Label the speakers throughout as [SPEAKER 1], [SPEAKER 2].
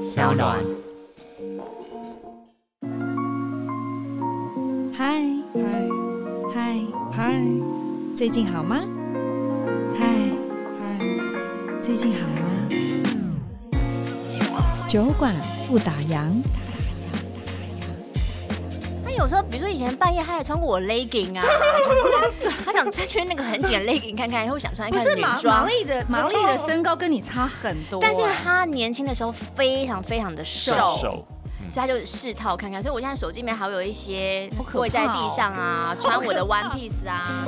[SPEAKER 1] 小暖。
[SPEAKER 2] 嗨
[SPEAKER 3] 嗨
[SPEAKER 2] 嗨，
[SPEAKER 3] 嗨
[SPEAKER 2] 最近好吗？嗨，
[SPEAKER 3] 嗨，
[SPEAKER 2] 最近好吗？酒馆不打烊，
[SPEAKER 4] 他有时候，比如说以前半夜，他还穿过我 legging 啊，就是他想穿穿那个很紧的 legging 看看，或想穿
[SPEAKER 3] 不
[SPEAKER 4] 看
[SPEAKER 3] 是
[SPEAKER 4] 女
[SPEAKER 3] 玛玛
[SPEAKER 4] 装。
[SPEAKER 3] 丽的玛丽的身高跟你差很多，啊
[SPEAKER 4] 但是因为他年轻的时候非常非常的瘦，
[SPEAKER 5] 手
[SPEAKER 4] 所以他就试套看看。所以我现在手机里面还有一些
[SPEAKER 3] 好可怕哦
[SPEAKER 4] 跪在地上啊，穿我的 one piece 啊。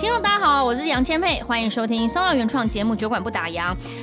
[SPEAKER 3] 听众大家好，我是杨千佩，欢迎收听骚扰原创节目《酒馆不打烊》。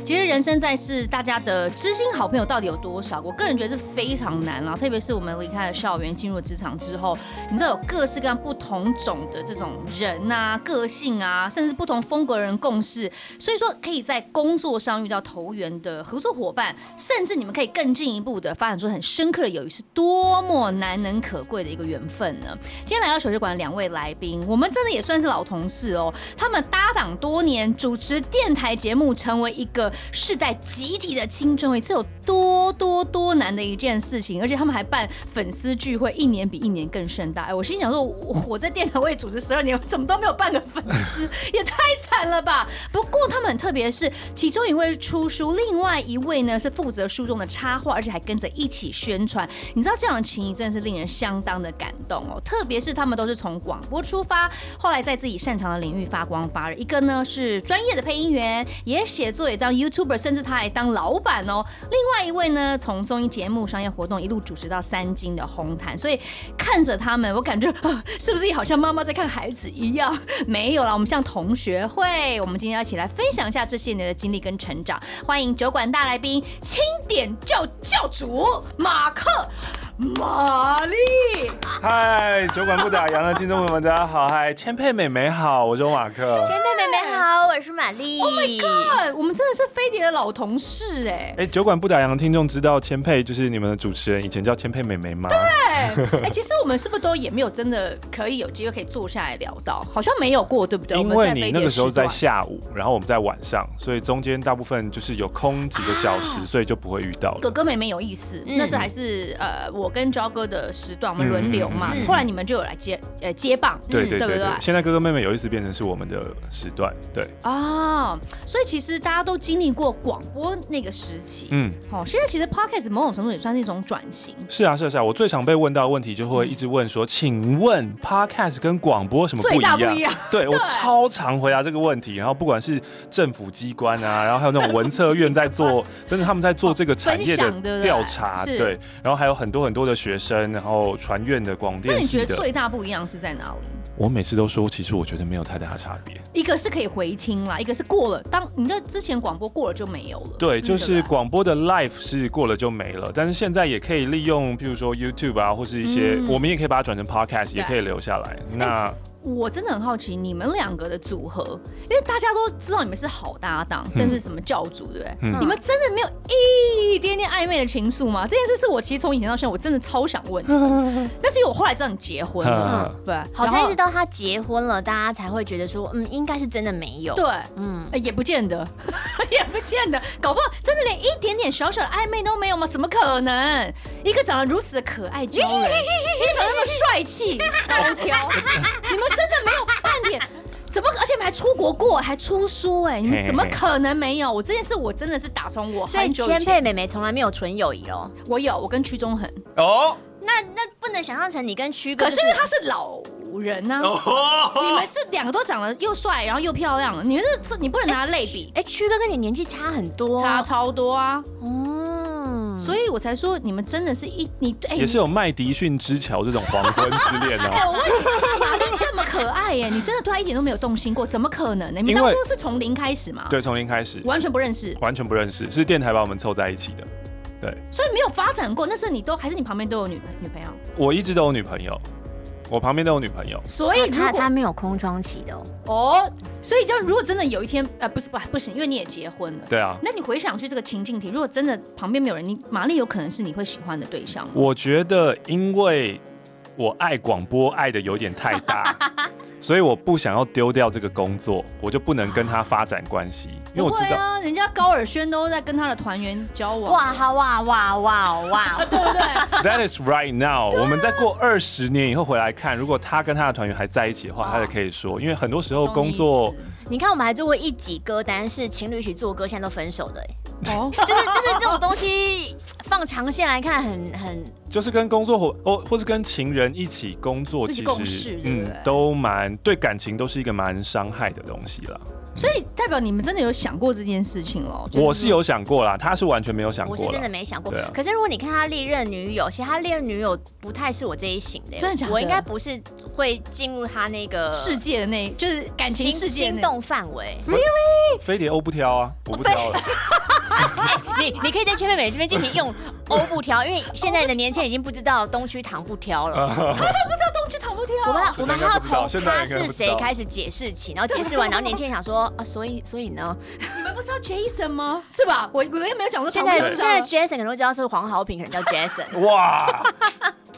[SPEAKER 3] 其实人生在世，大家的知心好朋友到底有多少？我个人觉得是非常难啊了，特别是我们离开了校园，进入了职场之后，你知道有各式各样不同种的这种人啊、个性啊，甚至不同风格的人共事，所以说可以在工作上遇到投缘的合作伙伴，甚至你们可以更进一步的发展出很深刻的友谊，是多么难能可贵的一个缘分呢。今天来到小酒馆的两位来宾，我们真的也算是老同事哦。他们搭档多年，主持电台节目，成为一个世代集体的青春回忆，这有多多多难的一件事情。而且他们还办粉丝聚会，一年比一年更盛大。哎，我心想说，我我在电台我也主持十二年，我怎么都没有办个粉丝，也太惨了吧！不过他们很特别的是，其中一位是出书，另外一位呢是负责书中的插画，而且还跟着一起宣传。你知道这样的情谊真的是令人相当的感动哦，特别是他们都是从广播出发，后来在自己擅长的领域发光发热。一个呢是专业的配音员，也写作也当 YouTuber，甚至他还当老板哦。另外一位呢，从综艺节目、商业活动一路主持到三金的红毯，所以看着他们，我感觉、 啊是不是也好像妈妈在看孩子一样？没有啦，我们像同学会，我们今天要一起来分享一下这些年的经历跟成长。欢迎酒馆大来宾，清点教教主马克玛 丽。
[SPEAKER 5] 嗨，酒馆不打烊的听众朋友们，大家好！嗨，千佩美美好，我是马克。
[SPEAKER 4] 前辈妹妹好，我是玛丽。Oh my god！
[SPEAKER 2] 哎我们真的是飞碟的老同事哎、
[SPEAKER 5] 哎，酒馆不打烊的听众知道千佩就是你们的主持人，以前叫千佩美美吗？
[SPEAKER 2] 哎、哎，其实我们是不是都也没有真的可以有机会可以坐下来聊到？好像没有过，对不对？
[SPEAKER 5] 因
[SPEAKER 2] 我们
[SPEAKER 5] 为
[SPEAKER 2] 在
[SPEAKER 5] 你
[SPEAKER 2] 飞
[SPEAKER 5] 那
[SPEAKER 2] 碟
[SPEAKER 5] 个时候在
[SPEAKER 2] 时
[SPEAKER 5] 下午，然后我们在晚上，所以中间大部分就是有空几个小时，所以就不会遇到
[SPEAKER 2] 段
[SPEAKER 3] 嗯
[SPEAKER 2] 哥
[SPEAKER 5] 了。
[SPEAKER 2] 哥妹妹有意思，
[SPEAKER 4] 嗯
[SPEAKER 2] 那时候还是呃我跟焦哥的时段，我们轮流嘛。
[SPEAKER 4] 嗯嗯嗯
[SPEAKER 2] 后来你们就有来接呃接棒，
[SPEAKER 5] 对
[SPEAKER 2] 嗯
[SPEAKER 5] 对对
[SPEAKER 2] 不
[SPEAKER 5] 对，现在哥哥妹妹有意思变成是我们的时段，对，
[SPEAKER 2] 哦，所以其实大家都经历过广播那个时期。
[SPEAKER 5] 嗯。
[SPEAKER 2] 哦，现在其实 podcast 某种程度也算是一种转型，
[SPEAKER 5] 是啊，是啊，是啊，我最常被问到的问题就会一直问说，请问 podcast 跟广播什么不
[SPEAKER 2] 嗯最
[SPEAKER 5] 一
[SPEAKER 2] 大
[SPEAKER 5] 样？
[SPEAKER 2] 不一样
[SPEAKER 5] 对我
[SPEAKER 2] 对
[SPEAKER 5] 超常回答这个问题，然后不管是政府机关啊，然后还有那种文策院 在做，真的他们在做这个产
[SPEAKER 2] 分
[SPEAKER 5] 业
[SPEAKER 2] 享对不
[SPEAKER 5] 的
[SPEAKER 2] 对
[SPEAKER 5] 调查，
[SPEAKER 2] 是
[SPEAKER 5] 对，然后还有很多很多的学生，然后传院的、广
[SPEAKER 2] 那
[SPEAKER 5] 电
[SPEAKER 2] 你觉
[SPEAKER 5] 系
[SPEAKER 2] 得
[SPEAKER 5] 的，
[SPEAKER 2] 最大不一样是在哪里？
[SPEAKER 5] 我每次都说，其实我觉得没有太大的差别。
[SPEAKER 2] 一个是可以回听啦，一个是过了，当你知道之前广播过了就没有了。
[SPEAKER 5] 对，就
[SPEAKER 2] 嗯
[SPEAKER 5] 是
[SPEAKER 2] 不
[SPEAKER 5] 广播的 live 是过了就没了，但是现在也可以利用，譬如说 YouTube 啊，或是一些，
[SPEAKER 2] 嗯
[SPEAKER 5] 我们也可以把它转成 podcast，也可以留下来。那、
[SPEAKER 2] 我真的很好奇你们两个的组合，因为大家都知道你们是好搭档，甚至什么教主，对不对？
[SPEAKER 5] 嗯
[SPEAKER 2] 你们真的没有一点点暧昧的情愫吗？这件事是我其实从以前到现在我真的超想问你们，但是因为我后来知道你结婚了，对，
[SPEAKER 4] 好
[SPEAKER 2] 然
[SPEAKER 4] 像
[SPEAKER 2] 后
[SPEAKER 4] 一直到他结婚了，大家才会觉得说，嗯，应该是真的没有。
[SPEAKER 2] 对。
[SPEAKER 4] 嗯，
[SPEAKER 2] 呃也不见得， 也不见得，搞不好真的连一点点小小的暧昧都没有吗？怎么可能？一个长得如此的可爱娇人，一个长得那么帅气高挑，你们真的没有半点。怎么？而且你们还出国过，还出书哎、你们怎么可能没有？我这件事我真的是打从我
[SPEAKER 4] 所以
[SPEAKER 2] 很久以
[SPEAKER 4] 千
[SPEAKER 2] 前，
[SPEAKER 4] 佩妹妹从来没有纯友谊哦。
[SPEAKER 2] 我有我跟屈中恒，
[SPEAKER 5] 哦，
[SPEAKER 4] 那那不能想象成你跟曲哥、
[SPEAKER 2] 可
[SPEAKER 4] 就是是，
[SPEAKER 2] 因为他是老人呐、
[SPEAKER 5] 哦
[SPEAKER 3] 哦
[SPEAKER 2] 你们是两个都长得又帅，然后又漂亮，你们这这你不能拿它类比，
[SPEAKER 4] 哎，曲哥跟你年纪差很多，哦
[SPEAKER 2] 差超多啊！
[SPEAKER 4] 嗯，
[SPEAKER 2] 所以我才说你们真的是一你哎、
[SPEAKER 5] 也是有麦迪逊之桥这种黄昏之恋
[SPEAKER 2] 哎、 我
[SPEAKER 5] 哦。
[SPEAKER 2] 问你，玛丽这么可爱耶，你真的对她一点都没有动心过？怎么可能呢？你们
[SPEAKER 5] 因为
[SPEAKER 2] 当初是从零开始嘛？，
[SPEAKER 5] 对，从零开始，
[SPEAKER 2] 完全不认识，
[SPEAKER 5] 完全不认识，是电台把我们凑在一起的。
[SPEAKER 2] 所以没有发展过。那时候你都还是你旁边都有女朋女朋友，
[SPEAKER 5] 我一直都有女朋友，我旁边都有女朋友。
[SPEAKER 2] 所以如
[SPEAKER 4] 他
[SPEAKER 2] 果
[SPEAKER 4] 他没有空窗期的哦。
[SPEAKER 2] 哦，所以就如果真的有一天，呃，不是不不行，因为你也结婚了。
[SPEAKER 5] 对啊，
[SPEAKER 2] 那你回想去这个情境题，如果真的旁边没有人，你玛丽有可能是你会喜欢的对象吗？
[SPEAKER 5] 我觉得因为我爱广播爱的有点太大，所以我不想要丢掉这个工作，我就不能跟他发展关系，因为我
[SPEAKER 3] 不
[SPEAKER 5] 知
[SPEAKER 3] 会
[SPEAKER 5] 道。
[SPEAKER 3] 啊，人家高尔宣都在跟他的团员交往，
[SPEAKER 4] 哇哈哇哇哇哦哇！
[SPEAKER 5] That is right now。我们在过二十年以后回来看，如果他跟他的团员还在一起的话，他就可以说，因为很多时候
[SPEAKER 3] 懂
[SPEAKER 5] 工作
[SPEAKER 3] 意
[SPEAKER 4] 你看，我们还做过一集歌单，是情侣一起做歌，现在都分手的、欸，
[SPEAKER 3] 思哦，
[SPEAKER 4] 就是就是这种东西，放长线来看很很
[SPEAKER 5] 就是跟工作伙哦，或是跟情人一起工作，
[SPEAKER 3] 一起
[SPEAKER 5] 其
[SPEAKER 3] 共
[SPEAKER 5] 实嗯
[SPEAKER 3] 事对不对
[SPEAKER 5] 都蛮对感情都是一个蛮伤害的东西啦。
[SPEAKER 3] 所以代表你们真的有想过这件事情喽？就
[SPEAKER 5] 我是
[SPEAKER 3] 说
[SPEAKER 5] 有想过啦，他是完全没有想
[SPEAKER 4] 我是
[SPEAKER 5] 过
[SPEAKER 4] 真
[SPEAKER 5] 啦
[SPEAKER 4] 的。没想过
[SPEAKER 5] 对啊。
[SPEAKER 4] 可是如果你看他历任女友，其实他历任女友不太是我这一型的，欸
[SPEAKER 3] 真的假的
[SPEAKER 4] 我应该不是会进入他那个
[SPEAKER 3] 世界的那，就是感情
[SPEAKER 4] 心
[SPEAKER 3] 世界的
[SPEAKER 4] 心
[SPEAKER 3] 那。
[SPEAKER 4] 动范围。
[SPEAKER 5] 飞碟欧不挑
[SPEAKER 3] 哦
[SPEAKER 5] 啊，我不挑了。
[SPEAKER 4] 你你可以在圈妹妹这边进行用欧不挑，因为现在的年轻人已经不知道东区糖不挑了。
[SPEAKER 2] 东去躺不跳。
[SPEAKER 4] 我们
[SPEAKER 3] 啊
[SPEAKER 4] 要我们还要从
[SPEAKER 5] 现在
[SPEAKER 4] 他
[SPEAKER 5] 应该
[SPEAKER 4] 是
[SPEAKER 5] 啊不知道现在应该不知
[SPEAKER 4] 谁
[SPEAKER 5] 道
[SPEAKER 4] 开始解释起，然后解释完，然后年轻人想说啊，所以所以呢，
[SPEAKER 2] 你们不是要 Jason 吗？是吧？我我也没有讲说
[SPEAKER 4] 现
[SPEAKER 2] 躺不跳。
[SPEAKER 4] 在啊现在 Jason 可能都知道是黄豪平，可能叫 Jason，
[SPEAKER 5] 啊哇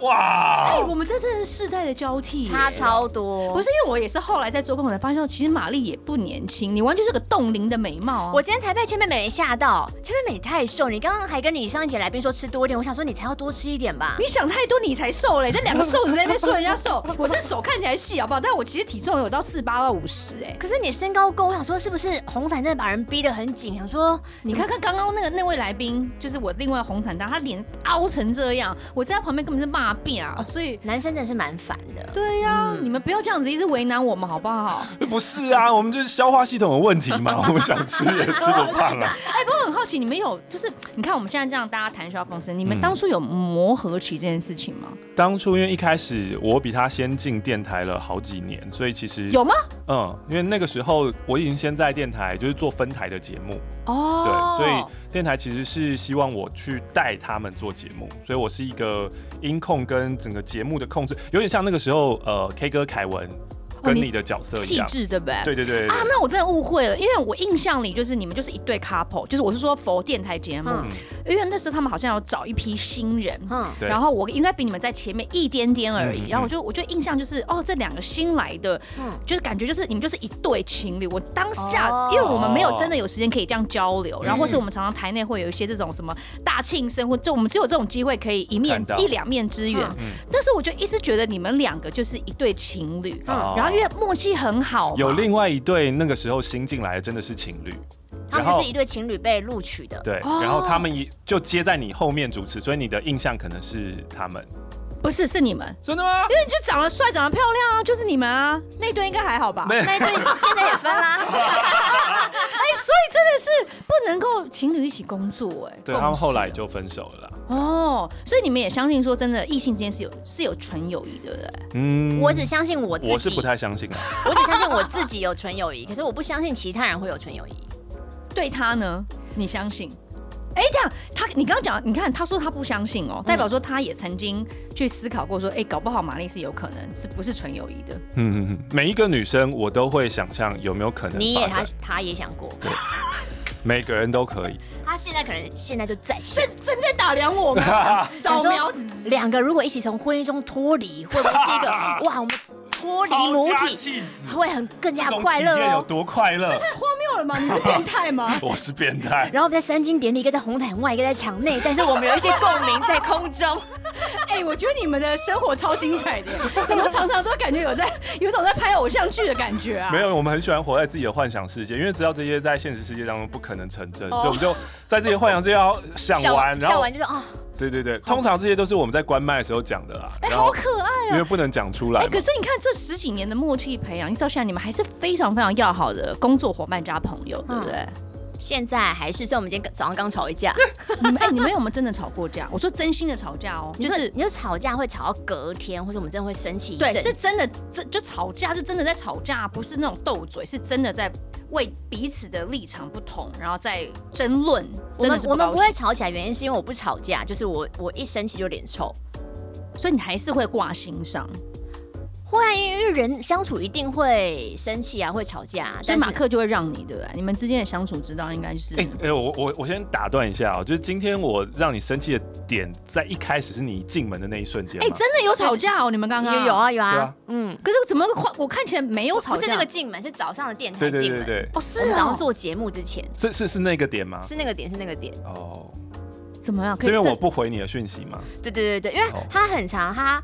[SPEAKER 5] 哇！
[SPEAKER 3] 哎我们这真的是世代的交替耶，
[SPEAKER 4] 差超多。
[SPEAKER 3] 不是因为我也是后来在做功课才发现到，其实玛丽也不年轻，你完全是个冻龄的美貌啊。
[SPEAKER 4] 我今天才被圈妹妹吓到，圈妹妹你太瘦，你刚刚还跟你上一节来宾说吃多一点，我想说你才要多吃一点吧。
[SPEAKER 3] 你想太多，你才瘦嘞！这两个瘦子在那边说人家 瘦，我这手看起来细好不好？但我其实体重有到四八到五十哎。
[SPEAKER 4] 可是你身高够，我想说是不是红毯真的把人逼得很紧？想说
[SPEAKER 3] 你看看刚刚那个那位来宾，就是我另外红毯搭，他脸凹成这样，我在他旁边根本是骂遍
[SPEAKER 5] 哦
[SPEAKER 3] 啊！所以，
[SPEAKER 4] 男生真的是蛮烦的。
[SPEAKER 3] 对呀、
[SPEAKER 5] 嗯
[SPEAKER 3] 你们不要这样子一直为难我们好不好？
[SPEAKER 5] 不是啊，我们就是消化系统有问题嘛， 我们想吃也吃不胖啊。
[SPEAKER 3] 哎，不过我很好奇，你们有就是你看我们现在这样大家谈笑风生，你们
[SPEAKER 5] 嗯
[SPEAKER 3] 当初有磨合期这件事情吗？
[SPEAKER 5] 当初因为一开始我比他先进电台了好几年，所以其实
[SPEAKER 3] 有吗？
[SPEAKER 5] 嗯，因为那个时候我已经先在电台就是做分台的节目，对，
[SPEAKER 3] 哦，
[SPEAKER 5] 所以电台其实是希望我去带他们做节目，所以我是一个音控跟整个节目的控制，有点像那个时候呃 K 歌凯文跟
[SPEAKER 3] 你
[SPEAKER 5] 你的角色一
[SPEAKER 3] 气
[SPEAKER 5] 样，
[SPEAKER 3] 质对不对？
[SPEAKER 5] 对对对对
[SPEAKER 3] 啊，那我真的误会了，因为我印象里就是你们就是一对 couple，就是我是说佛电台
[SPEAKER 5] 啊
[SPEAKER 3] 节目，
[SPEAKER 4] 嗯
[SPEAKER 3] 因为那时候他们好像有找一批新人。
[SPEAKER 4] 嗯，
[SPEAKER 5] 对
[SPEAKER 3] 然后我应该比你们在前面一点点而已，
[SPEAKER 5] 嗯嗯
[SPEAKER 3] 然后我就我就印象就是哦，这两个新来的，
[SPEAKER 4] 嗯
[SPEAKER 3] 就是感觉就是你们就是一对情侣。我当下、
[SPEAKER 4] 哦
[SPEAKER 3] 因为我们没有真的有时间可以这样交流，
[SPEAKER 5] 嗯
[SPEAKER 3] 然后或是我们常常台内会有一些这种什么大庆生，或就我们只有这种机会可以一面
[SPEAKER 5] 看到
[SPEAKER 3] 一两面之缘。
[SPEAKER 4] 嗯
[SPEAKER 5] 嗯
[SPEAKER 3] 但是我就一直觉得你们两个就是一对情侣，
[SPEAKER 5] 哦
[SPEAKER 3] 然后因为默契很好嘛，
[SPEAKER 5] 有另外一对那个时候新进来的真的是情侣，
[SPEAKER 4] 他们就是一对情侣被录取的。
[SPEAKER 5] 对，然后他们也就接在你后面主持，所以你的印象可能是他们，
[SPEAKER 3] 不是是你们，
[SPEAKER 5] 真的吗？
[SPEAKER 3] 因为你就长得帅，长得漂亮啊，就是你们啊，那一对应该还好吧？
[SPEAKER 5] 没有
[SPEAKER 4] 那一对现在也分啦，
[SPEAKER 3] 哎、所以真的是不能够情侣一起工作哎、
[SPEAKER 5] 对
[SPEAKER 3] 共
[SPEAKER 5] 他们后
[SPEAKER 3] 事
[SPEAKER 5] 来就分手了啦。
[SPEAKER 3] 哦，所以你们也相信说，真的异性之间是有是有纯友谊，对不对？
[SPEAKER 5] 嗯，
[SPEAKER 4] 我只相信我自己，
[SPEAKER 5] 我是不太相信啊。
[SPEAKER 4] 我只相信我自己有纯友谊，可是我不相信其他人会有纯友谊。
[SPEAKER 3] 对他呢，你相信？哎，这样他，你刚刚讲，你看他说他不相信哦，代表说他也曾经去思考过说，哎，搞不好玛丽是有可能是不是纯友谊的？
[SPEAKER 5] 嗯，嗯嗯每一个女生我都会想象有没有可能
[SPEAKER 4] 你
[SPEAKER 5] 发
[SPEAKER 4] 也他
[SPEAKER 5] 生，
[SPEAKER 4] 他也想过，
[SPEAKER 5] 每个人都可以。
[SPEAKER 4] 他现在可能现在就在想
[SPEAKER 3] 正。正在打量我们
[SPEAKER 4] 想
[SPEAKER 3] 扫
[SPEAKER 4] 说
[SPEAKER 3] 描，
[SPEAKER 4] 两个如果一起从婚姻中脱离，会不会是 一个哇，我们脱离母体
[SPEAKER 5] 子，
[SPEAKER 4] 会很更加
[SPEAKER 5] 这种
[SPEAKER 4] 快乐
[SPEAKER 5] 体验有
[SPEAKER 4] 哦？
[SPEAKER 5] 多快乐？？
[SPEAKER 3] 太荒谬了吗？你是变态吗
[SPEAKER 5] 我是变态。
[SPEAKER 4] 然后我们在三经典里，一个在红毯外，一个在墙内，但是我们有一些共鸣在 空中。
[SPEAKER 3] 哎、我觉得你们的生活超精彩的，怎么常常都感觉有在有种在拍偶像剧的感觉啊？
[SPEAKER 5] 没有，我们很喜欢活在自己的幻想世界，因为知道这些在现实世界当中不可能成真，所以我们就在自己的幻想世界要想
[SPEAKER 4] 笑
[SPEAKER 5] 完，然
[SPEAKER 4] 笑
[SPEAKER 5] 后
[SPEAKER 4] 完就是啊，
[SPEAKER 5] 对对对，通常这些都是我们在关麦的时候讲的啦，
[SPEAKER 3] 哎、
[SPEAKER 5] 然
[SPEAKER 3] 好
[SPEAKER 5] 后
[SPEAKER 3] 可爱哦、
[SPEAKER 5] 因为不能讲出来
[SPEAKER 3] 哎、
[SPEAKER 5] 嘛，
[SPEAKER 3] 可是你看这十几年的默契培养，一直到现在，你们还是非常非常要好的工作伙伴加朋友，对不对？
[SPEAKER 4] 现在还是，所以我们今天早上刚吵一架，
[SPEAKER 3] 你们哎、你们有没有真的吵过架？我说真心的吵架哦，
[SPEAKER 4] 嗯就
[SPEAKER 3] 就是是
[SPEAKER 4] 你就吵架会吵到隔天，或者我们真的会生气一
[SPEAKER 3] 对，
[SPEAKER 4] 阵
[SPEAKER 3] 是真的，这就吵架是真的在吵架，不是那种斗嘴，是真的在为彼此的立场不同，然后在争论。
[SPEAKER 4] 我
[SPEAKER 3] 真的
[SPEAKER 4] 们
[SPEAKER 3] 是
[SPEAKER 4] 我们
[SPEAKER 3] 高
[SPEAKER 4] 不会
[SPEAKER 3] 兴，
[SPEAKER 4] 吵起来，原因是因为我不吵架，就是我我一生气就脸臭，
[SPEAKER 3] 所以你还是会挂心上。
[SPEAKER 4] 会啊，因为因为人相处一定会生气啊，会吵架、啊。
[SPEAKER 3] 所以
[SPEAKER 4] 但是
[SPEAKER 3] 马克就会让你，对不对？你们之间的相处之道应该就是
[SPEAKER 5] 哎、哎、我我我先打断一下哦，就是今天我让你生气的点，在一开始是你一进门的那一瞬间
[SPEAKER 3] 哎、
[SPEAKER 5] 嘛。
[SPEAKER 3] 真的有吵架哦，你们刚刚
[SPEAKER 4] 有有，啊有
[SPEAKER 5] 对
[SPEAKER 4] 啊
[SPEAKER 5] 啊，
[SPEAKER 4] 嗯，
[SPEAKER 3] 可是我怎么换？我看起来没有吵
[SPEAKER 4] 不
[SPEAKER 3] 架，
[SPEAKER 4] 是那个进门，是早上的电台
[SPEAKER 5] 对对
[SPEAKER 4] 进
[SPEAKER 5] 对
[SPEAKER 4] 门。
[SPEAKER 5] 对，
[SPEAKER 3] 哦，
[SPEAKER 4] 我
[SPEAKER 3] 是
[SPEAKER 4] 们早上
[SPEAKER 3] 哦，
[SPEAKER 4] 做节目之前
[SPEAKER 5] 是是是那个点吗？
[SPEAKER 4] 是那个点，是那个点。
[SPEAKER 5] 哦，
[SPEAKER 3] 怎么样？可
[SPEAKER 5] 是
[SPEAKER 3] 以
[SPEAKER 5] 因为
[SPEAKER 3] 再
[SPEAKER 5] 我不回你的讯息嘛。
[SPEAKER 4] 对对对对，因为
[SPEAKER 5] 哦
[SPEAKER 4] 他很长，他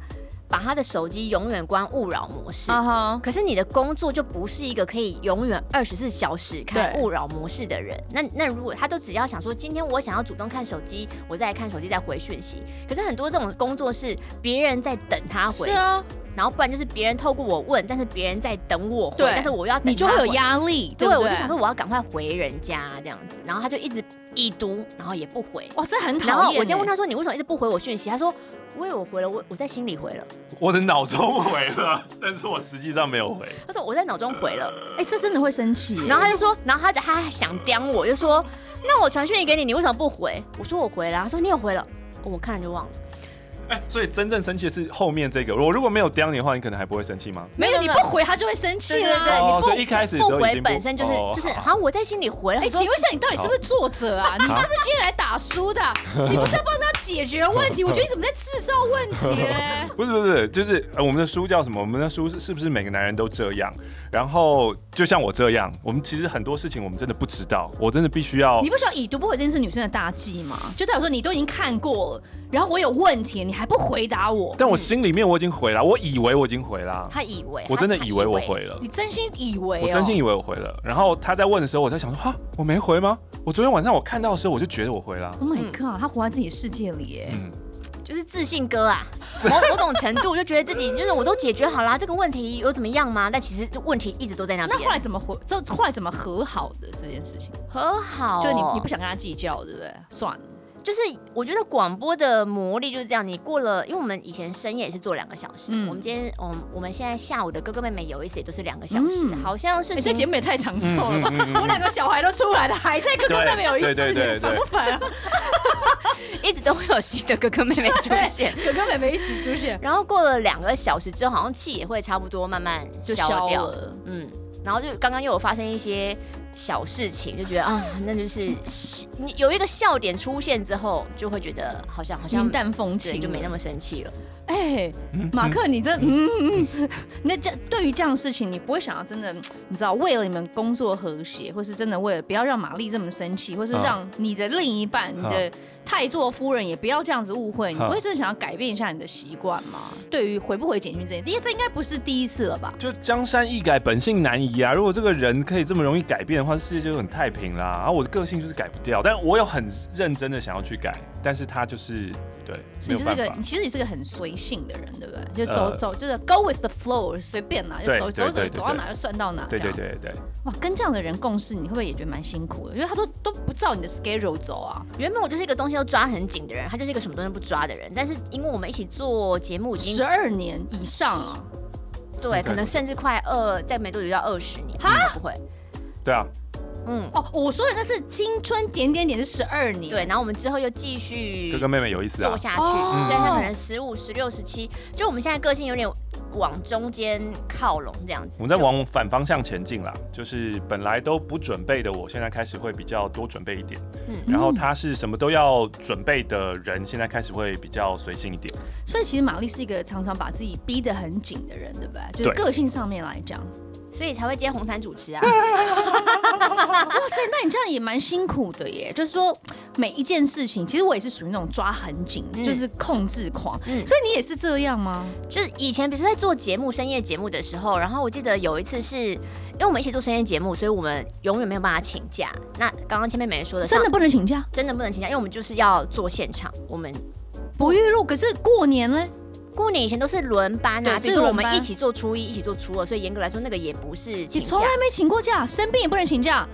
[SPEAKER 4] 把他的手机永远关勿扰模式。
[SPEAKER 3] 啊哈，
[SPEAKER 4] 可是你的工作就不是一个可以永远二十四小时开
[SPEAKER 3] 对
[SPEAKER 4] 勿扰模式的人。那那如果他都只要想说，今天我想要主动看手机，我再来看手机再回讯息。可是很多这种工作是别人在等他回
[SPEAKER 3] 是，啊，
[SPEAKER 4] 然后不然就是别人透过我问，但是别人在等我回，
[SPEAKER 3] 对
[SPEAKER 4] 但是我又要等
[SPEAKER 3] 你就会有
[SPEAKER 4] 他回。
[SPEAKER 3] 压力，
[SPEAKER 4] 对，
[SPEAKER 3] 不对？
[SPEAKER 4] 我就想说我要赶快回人家这样子，然后他就一直已读，然后也不回。
[SPEAKER 3] 哇，这很
[SPEAKER 4] 然
[SPEAKER 3] 讨
[SPEAKER 4] 后
[SPEAKER 3] 厌欸。
[SPEAKER 4] 我先问他说：“你为什么一直不回我讯息？”他说：“我以为我回了，我我在心里回了。
[SPEAKER 5] 我的脑中回了，但是我实际上没有回。”
[SPEAKER 4] 他说：“我在脑中回了。
[SPEAKER 3] 哎、这真的会生气耶。”
[SPEAKER 4] 然后他就说：“然后他就他还想刁我，就说：‘那我传讯息给你，你为什么不回？’我说：‘我回了。’啊他说：‘你有回了。’我看了就忘了。
[SPEAKER 5] 哎、所以真正生气的是后面这个。我如果没有刁你的话，你可能还不会生气吗？
[SPEAKER 3] 没有，你不回他就会生气啦。
[SPEAKER 4] 对你不
[SPEAKER 5] 哦所以一开始的时候
[SPEAKER 4] 不
[SPEAKER 5] 已
[SPEAKER 4] 回
[SPEAKER 5] 经
[SPEAKER 4] 本身就是
[SPEAKER 5] 哦
[SPEAKER 4] 就是，
[SPEAKER 5] 好
[SPEAKER 4] 好像我在心里回了。
[SPEAKER 3] 哎、请
[SPEAKER 4] 他说
[SPEAKER 3] 问一下，你到底是不是作者啊？你是不是今天来打书 的啊？你不是在帮他解决问题？我觉得你怎么在制造问题嘞？
[SPEAKER 5] 不是不是，就是、呃、我们的书叫什么？我们的书是是不是每个男人都这样？然后就像我这样，我们其实很多事情我们真的不知道，我真的必须要
[SPEAKER 3] 你。不晓得已读不回这件事女生的大忌吗？就代表说你都已经看过了，然后我有问题，你还不回答我，
[SPEAKER 5] 但我心里面我已经回了，我以为我已经回了，啊
[SPEAKER 4] 他以为
[SPEAKER 5] 我真的
[SPEAKER 4] 他
[SPEAKER 5] 以为我回了
[SPEAKER 3] 你。真心以为、哦？
[SPEAKER 5] 我真心以为我回了，然后他在问的时候，我在想说，哈，我没回吗？我昨天晚上我看到的时候，我就觉得我回了。
[SPEAKER 3] ，Oh my god，他活在自己的世界里耶。
[SPEAKER 5] 嗯，
[SPEAKER 4] 就是自信哥啊，某某种程度就觉得自己就是我都解决好啦，这个问题有怎么样吗？但其实问题一直都在那
[SPEAKER 3] 啊那
[SPEAKER 4] 边。
[SPEAKER 3] 后来怎么和？就后来怎么和好的这件事情？
[SPEAKER 4] 和好，
[SPEAKER 3] 就你你不想跟他计较，对不对？算了，
[SPEAKER 4] 就是我觉得广播的魔力就是这样，你过了，因为我们以前深夜也是做两个小时，
[SPEAKER 3] 嗯
[SPEAKER 4] 我们今天，我们我们现在下午的哥哥妹妹有一次也都是两个小时，
[SPEAKER 3] 嗯
[SPEAKER 4] 好像是
[SPEAKER 3] 哎、这节目也太长寿了吧！
[SPEAKER 5] 嗯嗯嗯嗯
[SPEAKER 3] 我两个小孩都出来了，还在哥哥妹妹有意思，
[SPEAKER 5] 对对对对 对
[SPEAKER 3] 你们烦不烦啊？
[SPEAKER 4] 一直都会有新的哥哥妹妹 出现。
[SPEAKER 3] 哥哥妹妹一起出现
[SPEAKER 4] 然后过了两个小时之后，好像气也会差不多慢慢
[SPEAKER 3] 就
[SPEAKER 4] 消
[SPEAKER 3] 消
[SPEAKER 4] 掉，
[SPEAKER 3] 了。
[SPEAKER 4] 嗯，然后就刚刚又有发生一些小事情，就觉得啊，那就是你有一个笑点出现之后，就会觉得好像好像
[SPEAKER 3] 云淡风
[SPEAKER 4] 对
[SPEAKER 3] 轻，
[SPEAKER 4] 就没那么生气了。
[SPEAKER 3] 哎、马克，你这嗯嗯，嗯那这对于这样的事情，你不会想要真的，你知道，为了你们工作和谐，或是真的为了不要让玛丽这么生气，或是
[SPEAKER 5] 啊
[SPEAKER 3] 让你的另一半、你的太座夫人也不要这样子误会，你
[SPEAKER 5] 啊
[SPEAKER 3] 不会真的想要改变一下你的习惯吗？对于回不回简讯这件事，因为这应该不是第一次了吧？
[SPEAKER 5] 就江山易改，本性难移啊！如果这个人可以这么容易改变的话，世界就很太平啦。然后我的个性就是改不掉，但我有很认真的想要去改，但是他就是对没
[SPEAKER 3] 所
[SPEAKER 5] 有
[SPEAKER 3] 以你就是
[SPEAKER 5] 办
[SPEAKER 3] 个
[SPEAKER 5] 法，
[SPEAKER 3] 你。其实你是个很随性的人，对不对？就走、
[SPEAKER 5] 呃
[SPEAKER 3] 走，就是 go with the flow，随便啦，就
[SPEAKER 5] 对
[SPEAKER 3] 走
[SPEAKER 5] 对
[SPEAKER 3] 走走
[SPEAKER 5] 对对
[SPEAKER 3] 走到哪就算到哪。
[SPEAKER 5] 对对。对对对，
[SPEAKER 3] 哇，跟这样的人共事，你会不会也觉得蛮辛苦的？因为他都都不照你的 schedule 走啊。
[SPEAKER 4] 原本我就是一个东西都抓很紧的人，他就是一个什么东西都不抓的人。但是因为我们一起做节目已
[SPEAKER 5] 啊
[SPEAKER 3] 十
[SPEAKER 4] 经
[SPEAKER 3] 二年以上啊，
[SPEAKER 5] 现
[SPEAKER 4] 对，
[SPEAKER 5] 在
[SPEAKER 4] 可能甚至快二，再没多久就要二十年，哈，不会，
[SPEAKER 5] 对啊，
[SPEAKER 4] 嗯，
[SPEAKER 3] 哦，我说的那是青春点点点是十二年，
[SPEAKER 4] 对。，然后我们之后又继续
[SPEAKER 5] 哥哥妹妹有意思啊
[SPEAKER 4] 做，下去，
[SPEAKER 3] 哦
[SPEAKER 4] 所以他可能十五、十六、十七，就我们现在个性有点往中间靠拢这样子。
[SPEAKER 5] 我们在
[SPEAKER 4] 就
[SPEAKER 5] 往反方向前进啦。就是本来都不准备的，我现在开始会比较多准备一点。
[SPEAKER 4] 嗯
[SPEAKER 5] 然后他是什么都要准备的人，现在开始会比较随性一点。
[SPEAKER 3] 所以其实玛丽是一个常常把自己逼得很紧的人，对不对？就
[SPEAKER 5] 对
[SPEAKER 3] 是个性上面来讲，
[SPEAKER 4] 所以才会接红毯 主持啊。
[SPEAKER 3] 哇塞，那你这样也蛮辛苦的耶。就是说，每一件事情，其实我也是属于那种抓很紧，
[SPEAKER 4] 嗯
[SPEAKER 3] 就是控制狂。
[SPEAKER 4] 嗯
[SPEAKER 3] 所以你也是这样吗？
[SPEAKER 4] 就是以前，比如说在做节目、深夜节目的时候，然后我记得有一次是，因为我们一起做深夜节目，所以我们永远没有办法请假。那刚刚前面美说的，
[SPEAKER 3] 真的
[SPEAKER 4] 像
[SPEAKER 3] 不能请假，
[SPEAKER 4] 真的不能请假，因为我们就是要做现场。我们
[SPEAKER 3] 不预录。可是过年呢？
[SPEAKER 4] 过年以前都是轮班啊，
[SPEAKER 3] 对
[SPEAKER 4] 比
[SPEAKER 3] 是
[SPEAKER 4] 如说我
[SPEAKER 3] 轮
[SPEAKER 4] 们
[SPEAKER 3] 班
[SPEAKER 4] 一起做初一，一起做初二，所以严格来说那个也不是
[SPEAKER 3] 你啊
[SPEAKER 4] 请假
[SPEAKER 3] 从来。没请过假，生病也不能请假，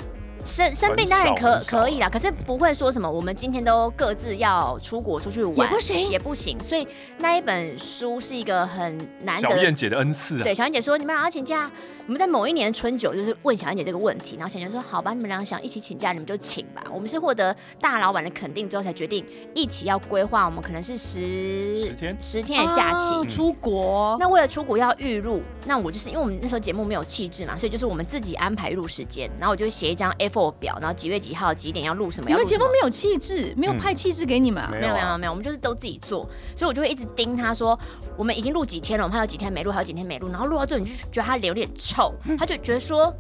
[SPEAKER 4] 生生病当然可
[SPEAKER 5] 很少
[SPEAKER 4] 可以啦，可是不会说什么我们今天都各自要出国出去玩，
[SPEAKER 2] 也不行
[SPEAKER 4] 也不行。所以那一本书是一个很难
[SPEAKER 5] 小
[SPEAKER 4] 得的
[SPEAKER 5] 燕姐的恩赐啊
[SPEAKER 4] 对，，小燕姐说：“你们俩要请假。”我们在某一年春酒就是问小燕姐这个问题，然后小燕姐说：“好吧，你们俩想一起请假，你们就请吧。”我们是获得大老板的肯定之后才决定一起要规划，我们可能是十
[SPEAKER 5] 10天
[SPEAKER 4] 十天的假期。
[SPEAKER 3] 哦出国，
[SPEAKER 4] 那为了出国要预录，那我就是因为我们那时候节目没有气质嘛，所以就是我们自己安排录时间，然后我就写一张 A4 表，然后几月几号几点要录什么。
[SPEAKER 3] 你
[SPEAKER 4] 要
[SPEAKER 3] 们
[SPEAKER 4] 录什
[SPEAKER 3] 节
[SPEAKER 4] 么
[SPEAKER 3] 目没有气质，没有派气质给你们啊？
[SPEAKER 5] 没
[SPEAKER 4] 嗯没有没
[SPEAKER 5] 啊
[SPEAKER 4] 有没有，我们就是都自己做，所以我就会一直盯他说，我们已经录几天了，我们还有几天没录，还有几天没录，然后录到最后你就觉得他脸有点臭，
[SPEAKER 3] 嗯
[SPEAKER 4] 他就觉得说，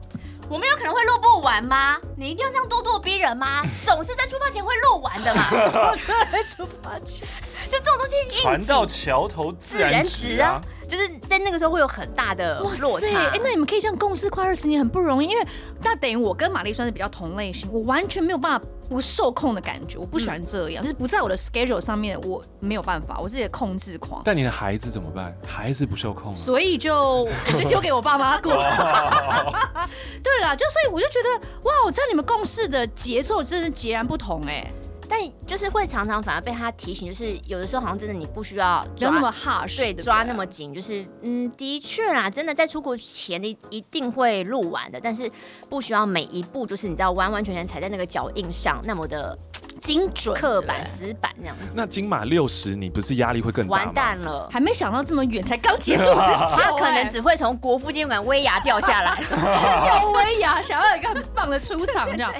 [SPEAKER 4] 我们有可能会录不完吗？你一定要这样咄咄逼人吗？总是在出发前会录完的嘛，
[SPEAKER 2] 出发前
[SPEAKER 4] 就这种东西硬
[SPEAKER 5] 船到
[SPEAKER 4] 挤
[SPEAKER 5] 桥头
[SPEAKER 4] 自
[SPEAKER 5] 自
[SPEAKER 4] 然
[SPEAKER 5] 然
[SPEAKER 4] 直
[SPEAKER 5] 直
[SPEAKER 4] 啊
[SPEAKER 5] 啊，，
[SPEAKER 4] 就是在那个时候会有很大的落差。
[SPEAKER 2] 哎、那你们可以这样共事快二十年，很不容易，因为
[SPEAKER 3] 那等于我跟玛丽算是比较同类型，我完全没有办法不受控的感觉，我不喜欢这
[SPEAKER 4] 嗯
[SPEAKER 3] 样，就是不在我的 schedule 上面，我没有办法，我是一个控制狂，
[SPEAKER 5] 但你的孩子怎么办？孩子不受控啊。
[SPEAKER 3] 所以就我就丢给我爸妈 过。对啦，就所以我就觉得，哇，我知道你们共事的节奏真是截然不同哎、
[SPEAKER 4] 但就是会常常反而被他提醒，就是有的时候好像真的你不需要
[SPEAKER 3] 不要那
[SPEAKER 4] 抓
[SPEAKER 3] 么 harsh，
[SPEAKER 4] 对，
[SPEAKER 3] 不
[SPEAKER 4] 抓那么紧，就是嗯，的确啦，真的在出国前你一定会录完的，但是不需要每一步就是你知道完完全全踩在那个脚印上那么的
[SPEAKER 3] 精准
[SPEAKER 4] 刻板死板这样子，
[SPEAKER 5] 那金马六十，你不是压力会更大吗？
[SPEAKER 4] 完蛋了。
[SPEAKER 3] 还没想到这么远，才刚结束是
[SPEAKER 4] 他可能只会从国父纪念馆威亚掉下来，
[SPEAKER 3] 吊威亚，想要有一个很棒的出场 这样。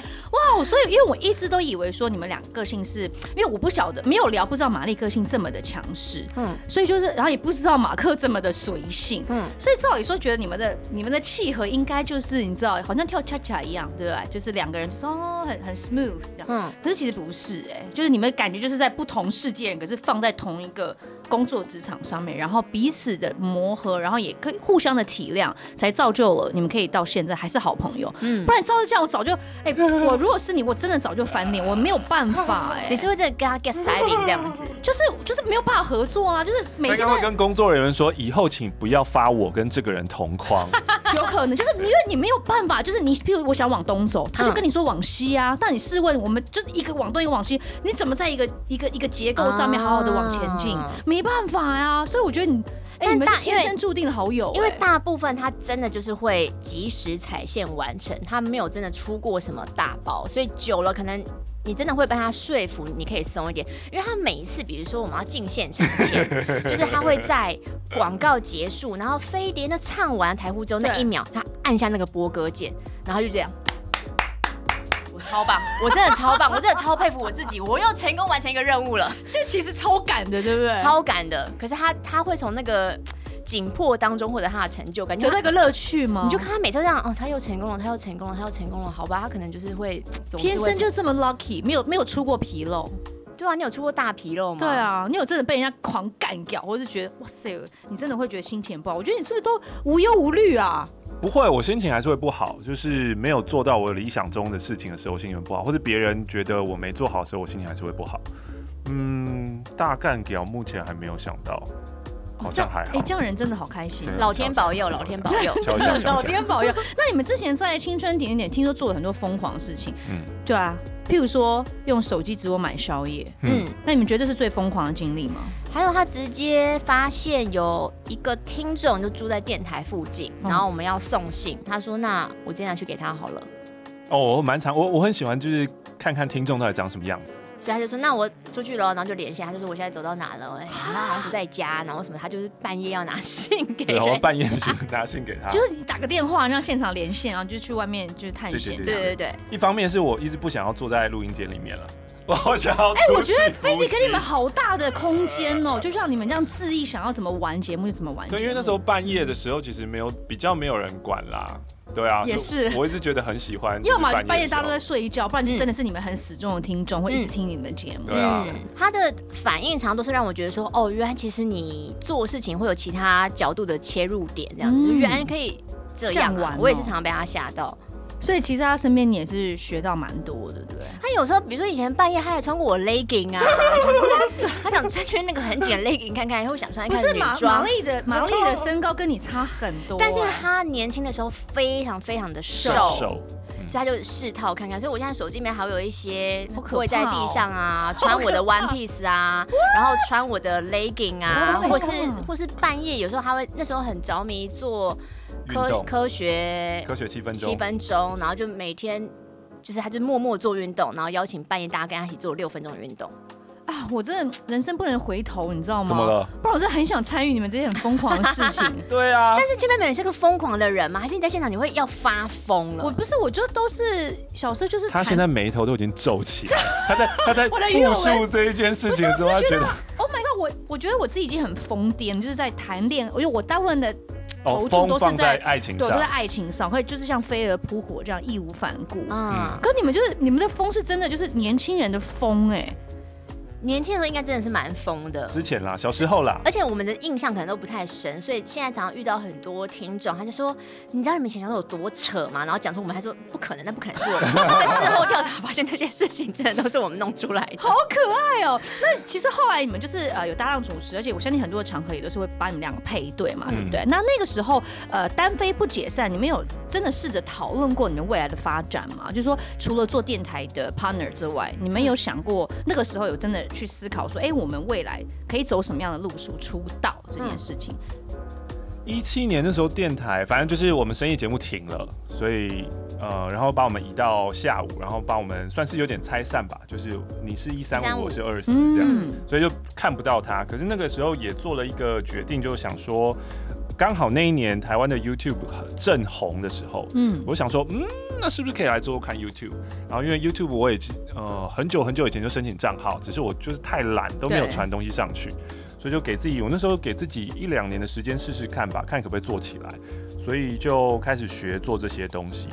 [SPEAKER 3] 哇，所以因为我一直都以为说你们俩个性是，因为我不晓得没有聊，不知道玛丽个性这么的强势，嗯
[SPEAKER 4] 嗯，
[SPEAKER 3] 所以就是然后也不知道马克这么的随性，嗯
[SPEAKER 4] 嗯，
[SPEAKER 3] 所以照理说觉得你们的你们的契合应该就是你知道好像跳恰恰一样，对不对？就是两个人就是哦很很 smooth 这样，
[SPEAKER 4] 嗯，
[SPEAKER 3] 可是其实不是哎、就是你们感觉就是在不同世界人，可是放在同一个工作职场上面，然后彼此的磨合，然后也可以互相的体谅，才造就了你们可以到现在还是好朋友。嗯，不然照这样，我早就哎、我如果是你，我真的早就翻脸，我没有办法哎、
[SPEAKER 4] 你是会在跟他 get siding 这样子，
[SPEAKER 3] 就是就是没有办法合作啊，就是每
[SPEAKER 5] 他
[SPEAKER 3] 天
[SPEAKER 5] 刚
[SPEAKER 3] 都
[SPEAKER 5] 刚跟工作人员说，以后请不要发我跟这个人同框。
[SPEAKER 3] 有可能，就是因为你没有办法，就是你，譬如我想往东走，他就跟你说往西啊。但你试问，我们就是一个往东，一个往西，你怎么在一个一个一个结构上面好好的往前进？
[SPEAKER 4] 啊
[SPEAKER 3] 没办法呀、所以我觉得你，哎、
[SPEAKER 4] 但
[SPEAKER 3] 你们
[SPEAKER 4] 大
[SPEAKER 3] 是天生注定的好友、
[SPEAKER 4] 因为
[SPEAKER 3] 哎
[SPEAKER 4] 大部分他真的就是会及时踩线完成，他没有真的出过什么大包，所以久了可能你真的会被他说服，你可以松一点。因为他每一次，比如说我们要进现场前，就是他会在广告结束，然后飞碟那唱完《台呼之后那
[SPEAKER 3] 对
[SPEAKER 4] 一秒，他按下那个播歌键，然后就这样。我超棒，我真的超棒，我真的超佩服我自己，我又成功完成一个任务了。
[SPEAKER 3] 就其实超赶的，对不对？
[SPEAKER 4] 超赶的。可是他他会从那个紧迫当中获得他的成就感，
[SPEAKER 3] 得
[SPEAKER 4] 就
[SPEAKER 3] 到一个乐趣吗？
[SPEAKER 4] 你就看他每次这样，哦，他又成功了，他又成功了，他又成功了，好吧，他可能就是会总是会
[SPEAKER 3] 天生就这么 lucky，没有没有出过纰漏。
[SPEAKER 4] 对啊，你有出过大纰漏吗？
[SPEAKER 3] 对，啊，你有真的被人家狂干掉，或是觉得哇塞，你真的会觉得心情不好？我觉得你是不是都无忧无虑啊？
[SPEAKER 5] 不会，我心情还是会不好，就是没有做到我理想中的事情的时候，我心情会不好，或者别人觉得我没做好的时候，我心情还是会不好。嗯，大干屌目前还没有想 到，好像还
[SPEAKER 3] 哎、
[SPEAKER 5] 好。
[SPEAKER 3] 这样人真的好开心。
[SPEAKER 5] 对
[SPEAKER 4] 老天保佑，老天保 佑。
[SPEAKER 5] 敲一下，敲一下
[SPEAKER 3] 老天 保佑！那你们之前在青春点点听说做了很多疯狂的事情，
[SPEAKER 5] 嗯
[SPEAKER 3] 对啊，譬如说用手机直播买宵夜，
[SPEAKER 5] 嗯
[SPEAKER 4] 嗯，
[SPEAKER 3] 那你们觉得这是最疯狂的经历吗？
[SPEAKER 4] 还有他直接发现有一个听众就住在电台附近，
[SPEAKER 3] 嗯
[SPEAKER 4] 然后我们要送信，他说：“那我今天拿去给他好了。
[SPEAKER 5] 哦，我蛮常，我我很喜欢，就是看看听众到底长什么样子。”
[SPEAKER 4] 所以他就说：“那我出去了。”然后就联系他，他就说：“我现在走到哪了？”哎，他好像不在家，然后什么，他就是半夜要拿 信给
[SPEAKER 5] 对，我
[SPEAKER 4] 人。
[SPEAKER 5] 半夜去拿信给他。
[SPEAKER 3] 就是你打个电话让现场连线，然后就去外面就是探险。
[SPEAKER 5] 对
[SPEAKER 4] 对对对，
[SPEAKER 5] 一方面是我一直不想要坐在录音间里面了，我好想要出去
[SPEAKER 3] 哎、我觉得菲比
[SPEAKER 5] 呼吸
[SPEAKER 3] 给你们好大的空间哦，就让你们这样恣意想要怎么玩节目就怎么玩节目。
[SPEAKER 5] 对，因为那时候半夜的时候，其实没有比较没有人管啦。对啊，
[SPEAKER 3] 也
[SPEAKER 5] 就是我一直觉得很喜欢。就
[SPEAKER 3] 要
[SPEAKER 5] 是
[SPEAKER 3] 么
[SPEAKER 5] 夜
[SPEAKER 3] 半夜
[SPEAKER 5] 的时
[SPEAKER 3] 大
[SPEAKER 5] 候嗯
[SPEAKER 3] 家都在睡觉，不然就真的是你们很死忠的听众会一直
[SPEAKER 4] 嗯
[SPEAKER 3] 听你们的节目。
[SPEAKER 5] 对啊，
[SPEAKER 4] 他的反应常都是让我觉得说，哦，原来其实你做事情会有其他角度的切入点，这样子，
[SPEAKER 3] 嗯
[SPEAKER 4] 原来可以这
[SPEAKER 3] 这
[SPEAKER 4] 样、
[SPEAKER 3] 样
[SPEAKER 4] 啊。
[SPEAKER 3] 玩哦
[SPEAKER 4] 我也是常常被他吓到。
[SPEAKER 3] 所以其实在他身边你也是学到蛮多的，对不对？
[SPEAKER 4] 他有时候，比如说以前半夜，他还穿过我 legging 啊，就是他想穿穿那个很紧的 legging 看看，或想穿
[SPEAKER 3] 不
[SPEAKER 4] 看
[SPEAKER 3] 是
[SPEAKER 4] 女
[SPEAKER 3] 玛玛
[SPEAKER 4] 装。
[SPEAKER 3] 丽的玛丽的身高跟你差很多、啊
[SPEAKER 4] 但是因为他年轻的时候非常非常的瘦，
[SPEAKER 5] 手嗯
[SPEAKER 4] 所以他就试套看看。所以我现在手机里面还有一些
[SPEAKER 3] 好可哦
[SPEAKER 4] 跪在地上啊，穿我的 One Piece 啊，然后穿我的 legging 啊
[SPEAKER 3] Oh my，
[SPEAKER 4] 或是
[SPEAKER 3] God
[SPEAKER 4] 或是半夜有时候他会那时候很着迷做
[SPEAKER 5] 运
[SPEAKER 4] 科
[SPEAKER 5] 动
[SPEAKER 4] 科学
[SPEAKER 5] 科学七分钟，
[SPEAKER 4] 七分钟，然后就每天。就是他就默默做运动，然后邀请半夜大家跟他一起做六分钟的运动。
[SPEAKER 3] 啊，我真的人生不能回头，你知道吗？
[SPEAKER 5] 怎么？了？。
[SPEAKER 3] 不然我真的很想参与你们这些很疯狂的事情
[SPEAKER 5] 对啊，
[SPEAKER 4] 但是千妹妹是个疯狂的人嘛，还是你在现场你会要发疯了？啊
[SPEAKER 3] 我不是，我就都是小时候就是
[SPEAKER 5] 他现在眉头都已经皱起 来，他在他在
[SPEAKER 3] 我的语文
[SPEAKER 5] 复述这一件事情的时候，他觉得
[SPEAKER 3] Oh my god！我我觉得我自己已经很疯癫，就是在谈恋，因为我大部分的
[SPEAKER 5] 哦，
[SPEAKER 3] 投注
[SPEAKER 5] 风
[SPEAKER 3] 都是
[SPEAKER 5] 放在
[SPEAKER 3] 在
[SPEAKER 5] 爱情
[SPEAKER 3] 对我都在
[SPEAKER 5] 上，
[SPEAKER 3] 爱情上，会就是像飞蛾扑火这样义无反顾。
[SPEAKER 4] 啊、
[SPEAKER 3] 可你们就是你们的疯是真的，就是年轻人的疯哎、
[SPEAKER 4] 年轻的时候应该真的是蛮疯的。
[SPEAKER 5] 之前啦，小时候啦，
[SPEAKER 4] 而且我们的印象可能都不太深，所以现在常常遇到很多听众，他就说：“你知道你们以前小时候有多扯吗？”然后讲出我们，还说：“不可能，那不可能是我们。”但事后调查发现，那些事情真的都是我们弄出来的。
[SPEAKER 3] 好可爱哦、那其实后来你们就是呃有搭档主持，而且我相信很多的场合也都是会把你们两个配对嘛，
[SPEAKER 5] 嗯
[SPEAKER 3] 对不对？那那个时候呃单飞不解散，你们有真的试着讨论过你们未来的发展吗？就是说除了做电台的 partner 之外，你们有想过那个时候有真的去思考说，哎、我们未来可以走什么样的路数出道这
[SPEAKER 5] 嗯
[SPEAKER 3] 件事情？
[SPEAKER 5] 一七年那时候电台，反正就是我们深夜节目停了，所以呃，然后把我们移到下午，然后把我们算是有点拆散吧，就是你是一三
[SPEAKER 4] 135
[SPEAKER 5] 五，我是二四这样子，
[SPEAKER 3] 嗯
[SPEAKER 5] 所以就看不到他。可是那个时候也做了一个决定，就是想说，刚好那一年台湾的 YouTube 正红的时候，
[SPEAKER 3] 嗯
[SPEAKER 5] 我想说，嗯，那是不是可以来做做看 YouTube？然后因为 YouTube 我也呃很久很久以前就申请账号，只是我就是太懒，都没有
[SPEAKER 3] 对
[SPEAKER 5] 传东西上去，所以就给自己，我那时候给自己一两年的时间试试看吧，看可不可以做起来。所以就开始学做这些东西。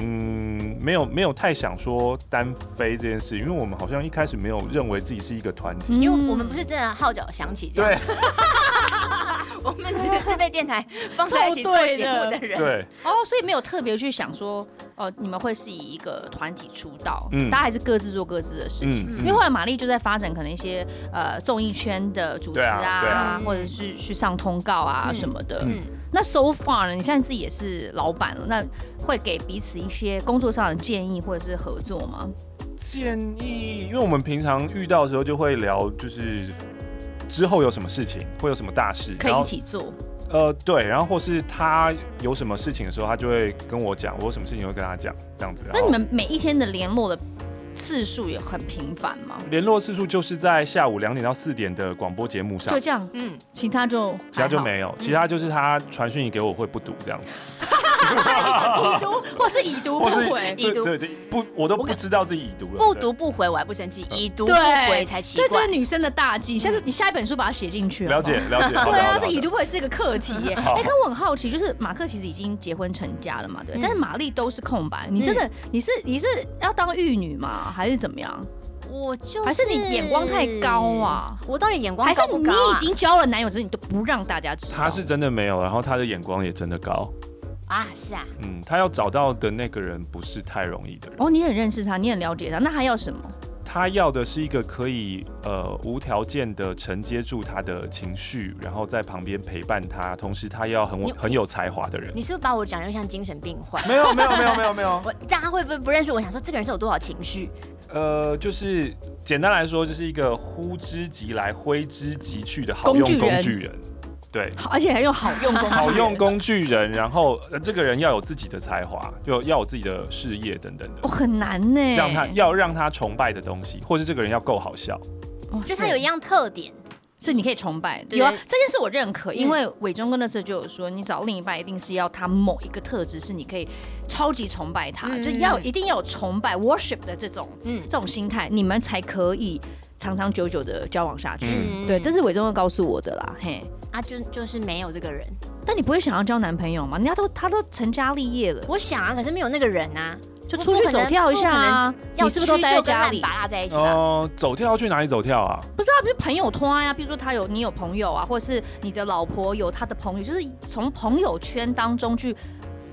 [SPEAKER 5] 嗯，没有没有太想说单飞这件事，因为我们好像一开始没有认为自己是一个团体。
[SPEAKER 4] 因为我们不是真的号角响起这样，
[SPEAKER 5] 对
[SPEAKER 4] 我们只是被电台放在一起做节目的人。
[SPEAKER 5] 对，
[SPEAKER 3] 哦，所以没有特别去想说，哦，你们会是以一个团体出道，
[SPEAKER 5] 嗯
[SPEAKER 3] 大家还是各自做各自的事情。
[SPEAKER 5] 嗯
[SPEAKER 3] 因为后来玛丽就在发展可能一些呃综艺圈的主持
[SPEAKER 5] 对
[SPEAKER 3] 啊，
[SPEAKER 5] 啊对啊
[SPEAKER 3] 或者是去上通告啊、什么的。
[SPEAKER 5] 嗯
[SPEAKER 3] 那 so far 呢？你现在自己也是老板了，那会给彼此一些工作上的建议或者是合作吗？
[SPEAKER 5] 建议，因为我们平常遇到的时候就会聊，就是之后有什么事情，会有什么大事，
[SPEAKER 3] 可
[SPEAKER 5] 然
[SPEAKER 3] 以
[SPEAKER 5] 后
[SPEAKER 3] 一起做，
[SPEAKER 5] 呃，对，然后或是他有什么事情的时候，他就会跟我讲，我有什么事情会跟他讲，这样子。然
[SPEAKER 3] 那
[SPEAKER 5] 后
[SPEAKER 3] 你们每一天的联络的次数也很频繁吗？
[SPEAKER 5] 联络次数就是在下午两点到四点的广播节目上
[SPEAKER 3] 就，这样，
[SPEAKER 4] 嗯，
[SPEAKER 3] 其他就
[SPEAKER 5] 其他就
[SPEAKER 3] 还好
[SPEAKER 5] 没有，其他就是他传讯息给我会不读这样子，
[SPEAKER 3] 已读，或是已读不
[SPEAKER 5] 或是
[SPEAKER 3] 回。
[SPEAKER 5] 对
[SPEAKER 4] 已读
[SPEAKER 5] 对对，不，我都不知道自己已读了，
[SPEAKER 4] 不
[SPEAKER 5] 对
[SPEAKER 4] 读不回我还不生气，已读不
[SPEAKER 3] 对，
[SPEAKER 4] 回才奇
[SPEAKER 3] 这
[SPEAKER 4] 怪嗯
[SPEAKER 3] 是。女生的大忌。下次你下一本书把它写进去，
[SPEAKER 5] 了解
[SPEAKER 3] 好
[SPEAKER 5] 了解，好
[SPEAKER 3] 不
[SPEAKER 5] 的
[SPEAKER 3] 好。对
[SPEAKER 5] 好
[SPEAKER 3] 啊，
[SPEAKER 5] 的
[SPEAKER 3] 这
[SPEAKER 5] 好
[SPEAKER 3] 已
[SPEAKER 5] 的
[SPEAKER 3] 读不回是一个课题耶。
[SPEAKER 5] 好
[SPEAKER 3] 哎，可我很好奇，就是马克其实已经结婚成家了嘛，对不对，
[SPEAKER 4] 嗯
[SPEAKER 3] 但是玛丽都是空白。你真的你是你是要当玉女吗？还是怎么样？
[SPEAKER 4] 我就是
[SPEAKER 3] 还是你眼光太高啊？
[SPEAKER 4] 我到底眼光
[SPEAKER 3] 还是
[SPEAKER 4] 高不
[SPEAKER 3] 你
[SPEAKER 4] 高啊
[SPEAKER 3] 已经交了男友，只是你都不让大家知道？
[SPEAKER 5] 他是真的没有，然后他的眼光也真的高，
[SPEAKER 4] 啊？是啊，
[SPEAKER 5] 嗯，他要找到的那个人不是太容易的人，
[SPEAKER 3] 哦，你很认识他，你很了解他，那还要什么？
[SPEAKER 5] 他要的是一个可以呃无条件的承接住他的情绪，然后在旁边陪伴他，同时他要很
[SPEAKER 4] 你
[SPEAKER 5] 很有才华的人
[SPEAKER 4] 你。是不是把我讲的像精神病患？
[SPEAKER 5] 没有没有没有没有没有，
[SPEAKER 4] 我大家会不会不认识我？想说这个人是有多少情绪？
[SPEAKER 5] 呃，就是简单来说，就是一个呼之即来挥之即去的好
[SPEAKER 3] 工
[SPEAKER 5] 用
[SPEAKER 3] 具
[SPEAKER 5] 工
[SPEAKER 3] 人
[SPEAKER 5] 具人，对。
[SPEAKER 3] 好而且还用好用功，
[SPEAKER 5] 好用。工具人，然后、呃、这个人要有自己的才华，就要有自己的事业等等 的，
[SPEAKER 3] 哦，很难呢。
[SPEAKER 5] 让他要让他崇拜的东西，或是这个人要够好笑。
[SPEAKER 3] 哇塞，
[SPEAKER 4] 就他有一样特点，
[SPEAKER 3] 所以你可以崇拜。
[SPEAKER 4] 对
[SPEAKER 3] 有啊，这件事我认可，
[SPEAKER 4] 嗯
[SPEAKER 3] 因为伟忠哥那时候就有说，你找另一半一定是要他某一个特质是你可以超级崇拜他，
[SPEAKER 4] 嗯
[SPEAKER 3] 就要有一定要有崇拜 worship 的这种
[SPEAKER 4] 嗯
[SPEAKER 3] 这种心态，你们才可以长长久久的交往下去。
[SPEAKER 4] 嗯
[SPEAKER 3] 对，这是伟忠哥告诉我的啦，嘿。
[SPEAKER 4] 啊，就就是没有这个人。
[SPEAKER 3] 但你不会想要交男朋友吗？人家都他都成家立业了，
[SPEAKER 4] 我想啊，可是没有那个人啊，
[SPEAKER 3] 就
[SPEAKER 4] 不
[SPEAKER 3] 出去
[SPEAKER 4] 不可
[SPEAKER 3] 走
[SPEAKER 4] 能
[SPEAKER 3] 跳一下啊！
[SPEAKER 4] 要
[SPEAKER 3] 你是不是都
[SPEAKER 4] 屈
[SPEAKER 3] 待在
[SPEAKER 4] 就跟
[SPEAKER 3] 家
[SPEAKER 4] 烂
[SPEAKER 3] 里？
[SPEAKER 4] 拔蜡在一起
[SPEAKER 3] 啊
[SPEAKER 4] 吧？
[SPEAKER 5] 哦、走跳要去哪里走跳啊？
[SPEAKER 3] 不是啊，不是朋友托呀、比如说他有你有朋友啊，或者是你的老婆有她的朋友，就是从朋友圈当中去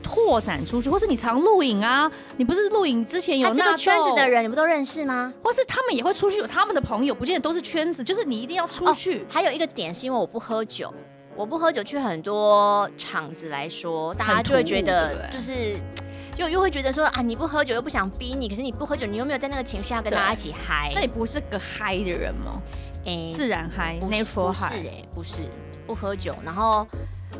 [SPEAKER 3] 拓展出去，或是你常露营啊，你不是露营之前有
[SPEAKER 4] 他这
[SPEAKER 3] 纳
[SPEAKER 4] 个
[SPEAKER 3] 豆
[SPEAKER 4] 圈子的，人，你不都认识吗？
[SPEAKER 3] 或是他们也会出去有他们的朋友，不见得都是圈子，就是你一定要出去。
[SPEAKER 4] 还有一个点是因为我不喝酒，我不喝酒去很多场子来说，大家就会觉
[SPEAKER 3] 对
[SPEAKER 4] 得
[SPEAKER 3] 不对
[SPEAKER 4] 就是。又又会觉得说啊，你不喝酒又不想逼你，可是你不喝酒，你又没有在那个情绪下跟大家一起嗨。
[SPEAKER 3] 那你不是个嗨的人吗？
[SPEAKER 4] 哎
[SPEAKER 3] 自然嗨
[SPEAKER 4] 不是
[SPEAKER 3] ，natural
[SPEAKER 4] 不是
[SPEAKER 3] 嗨
[SPEAKER 4] 哎、。不是不喝酒，然后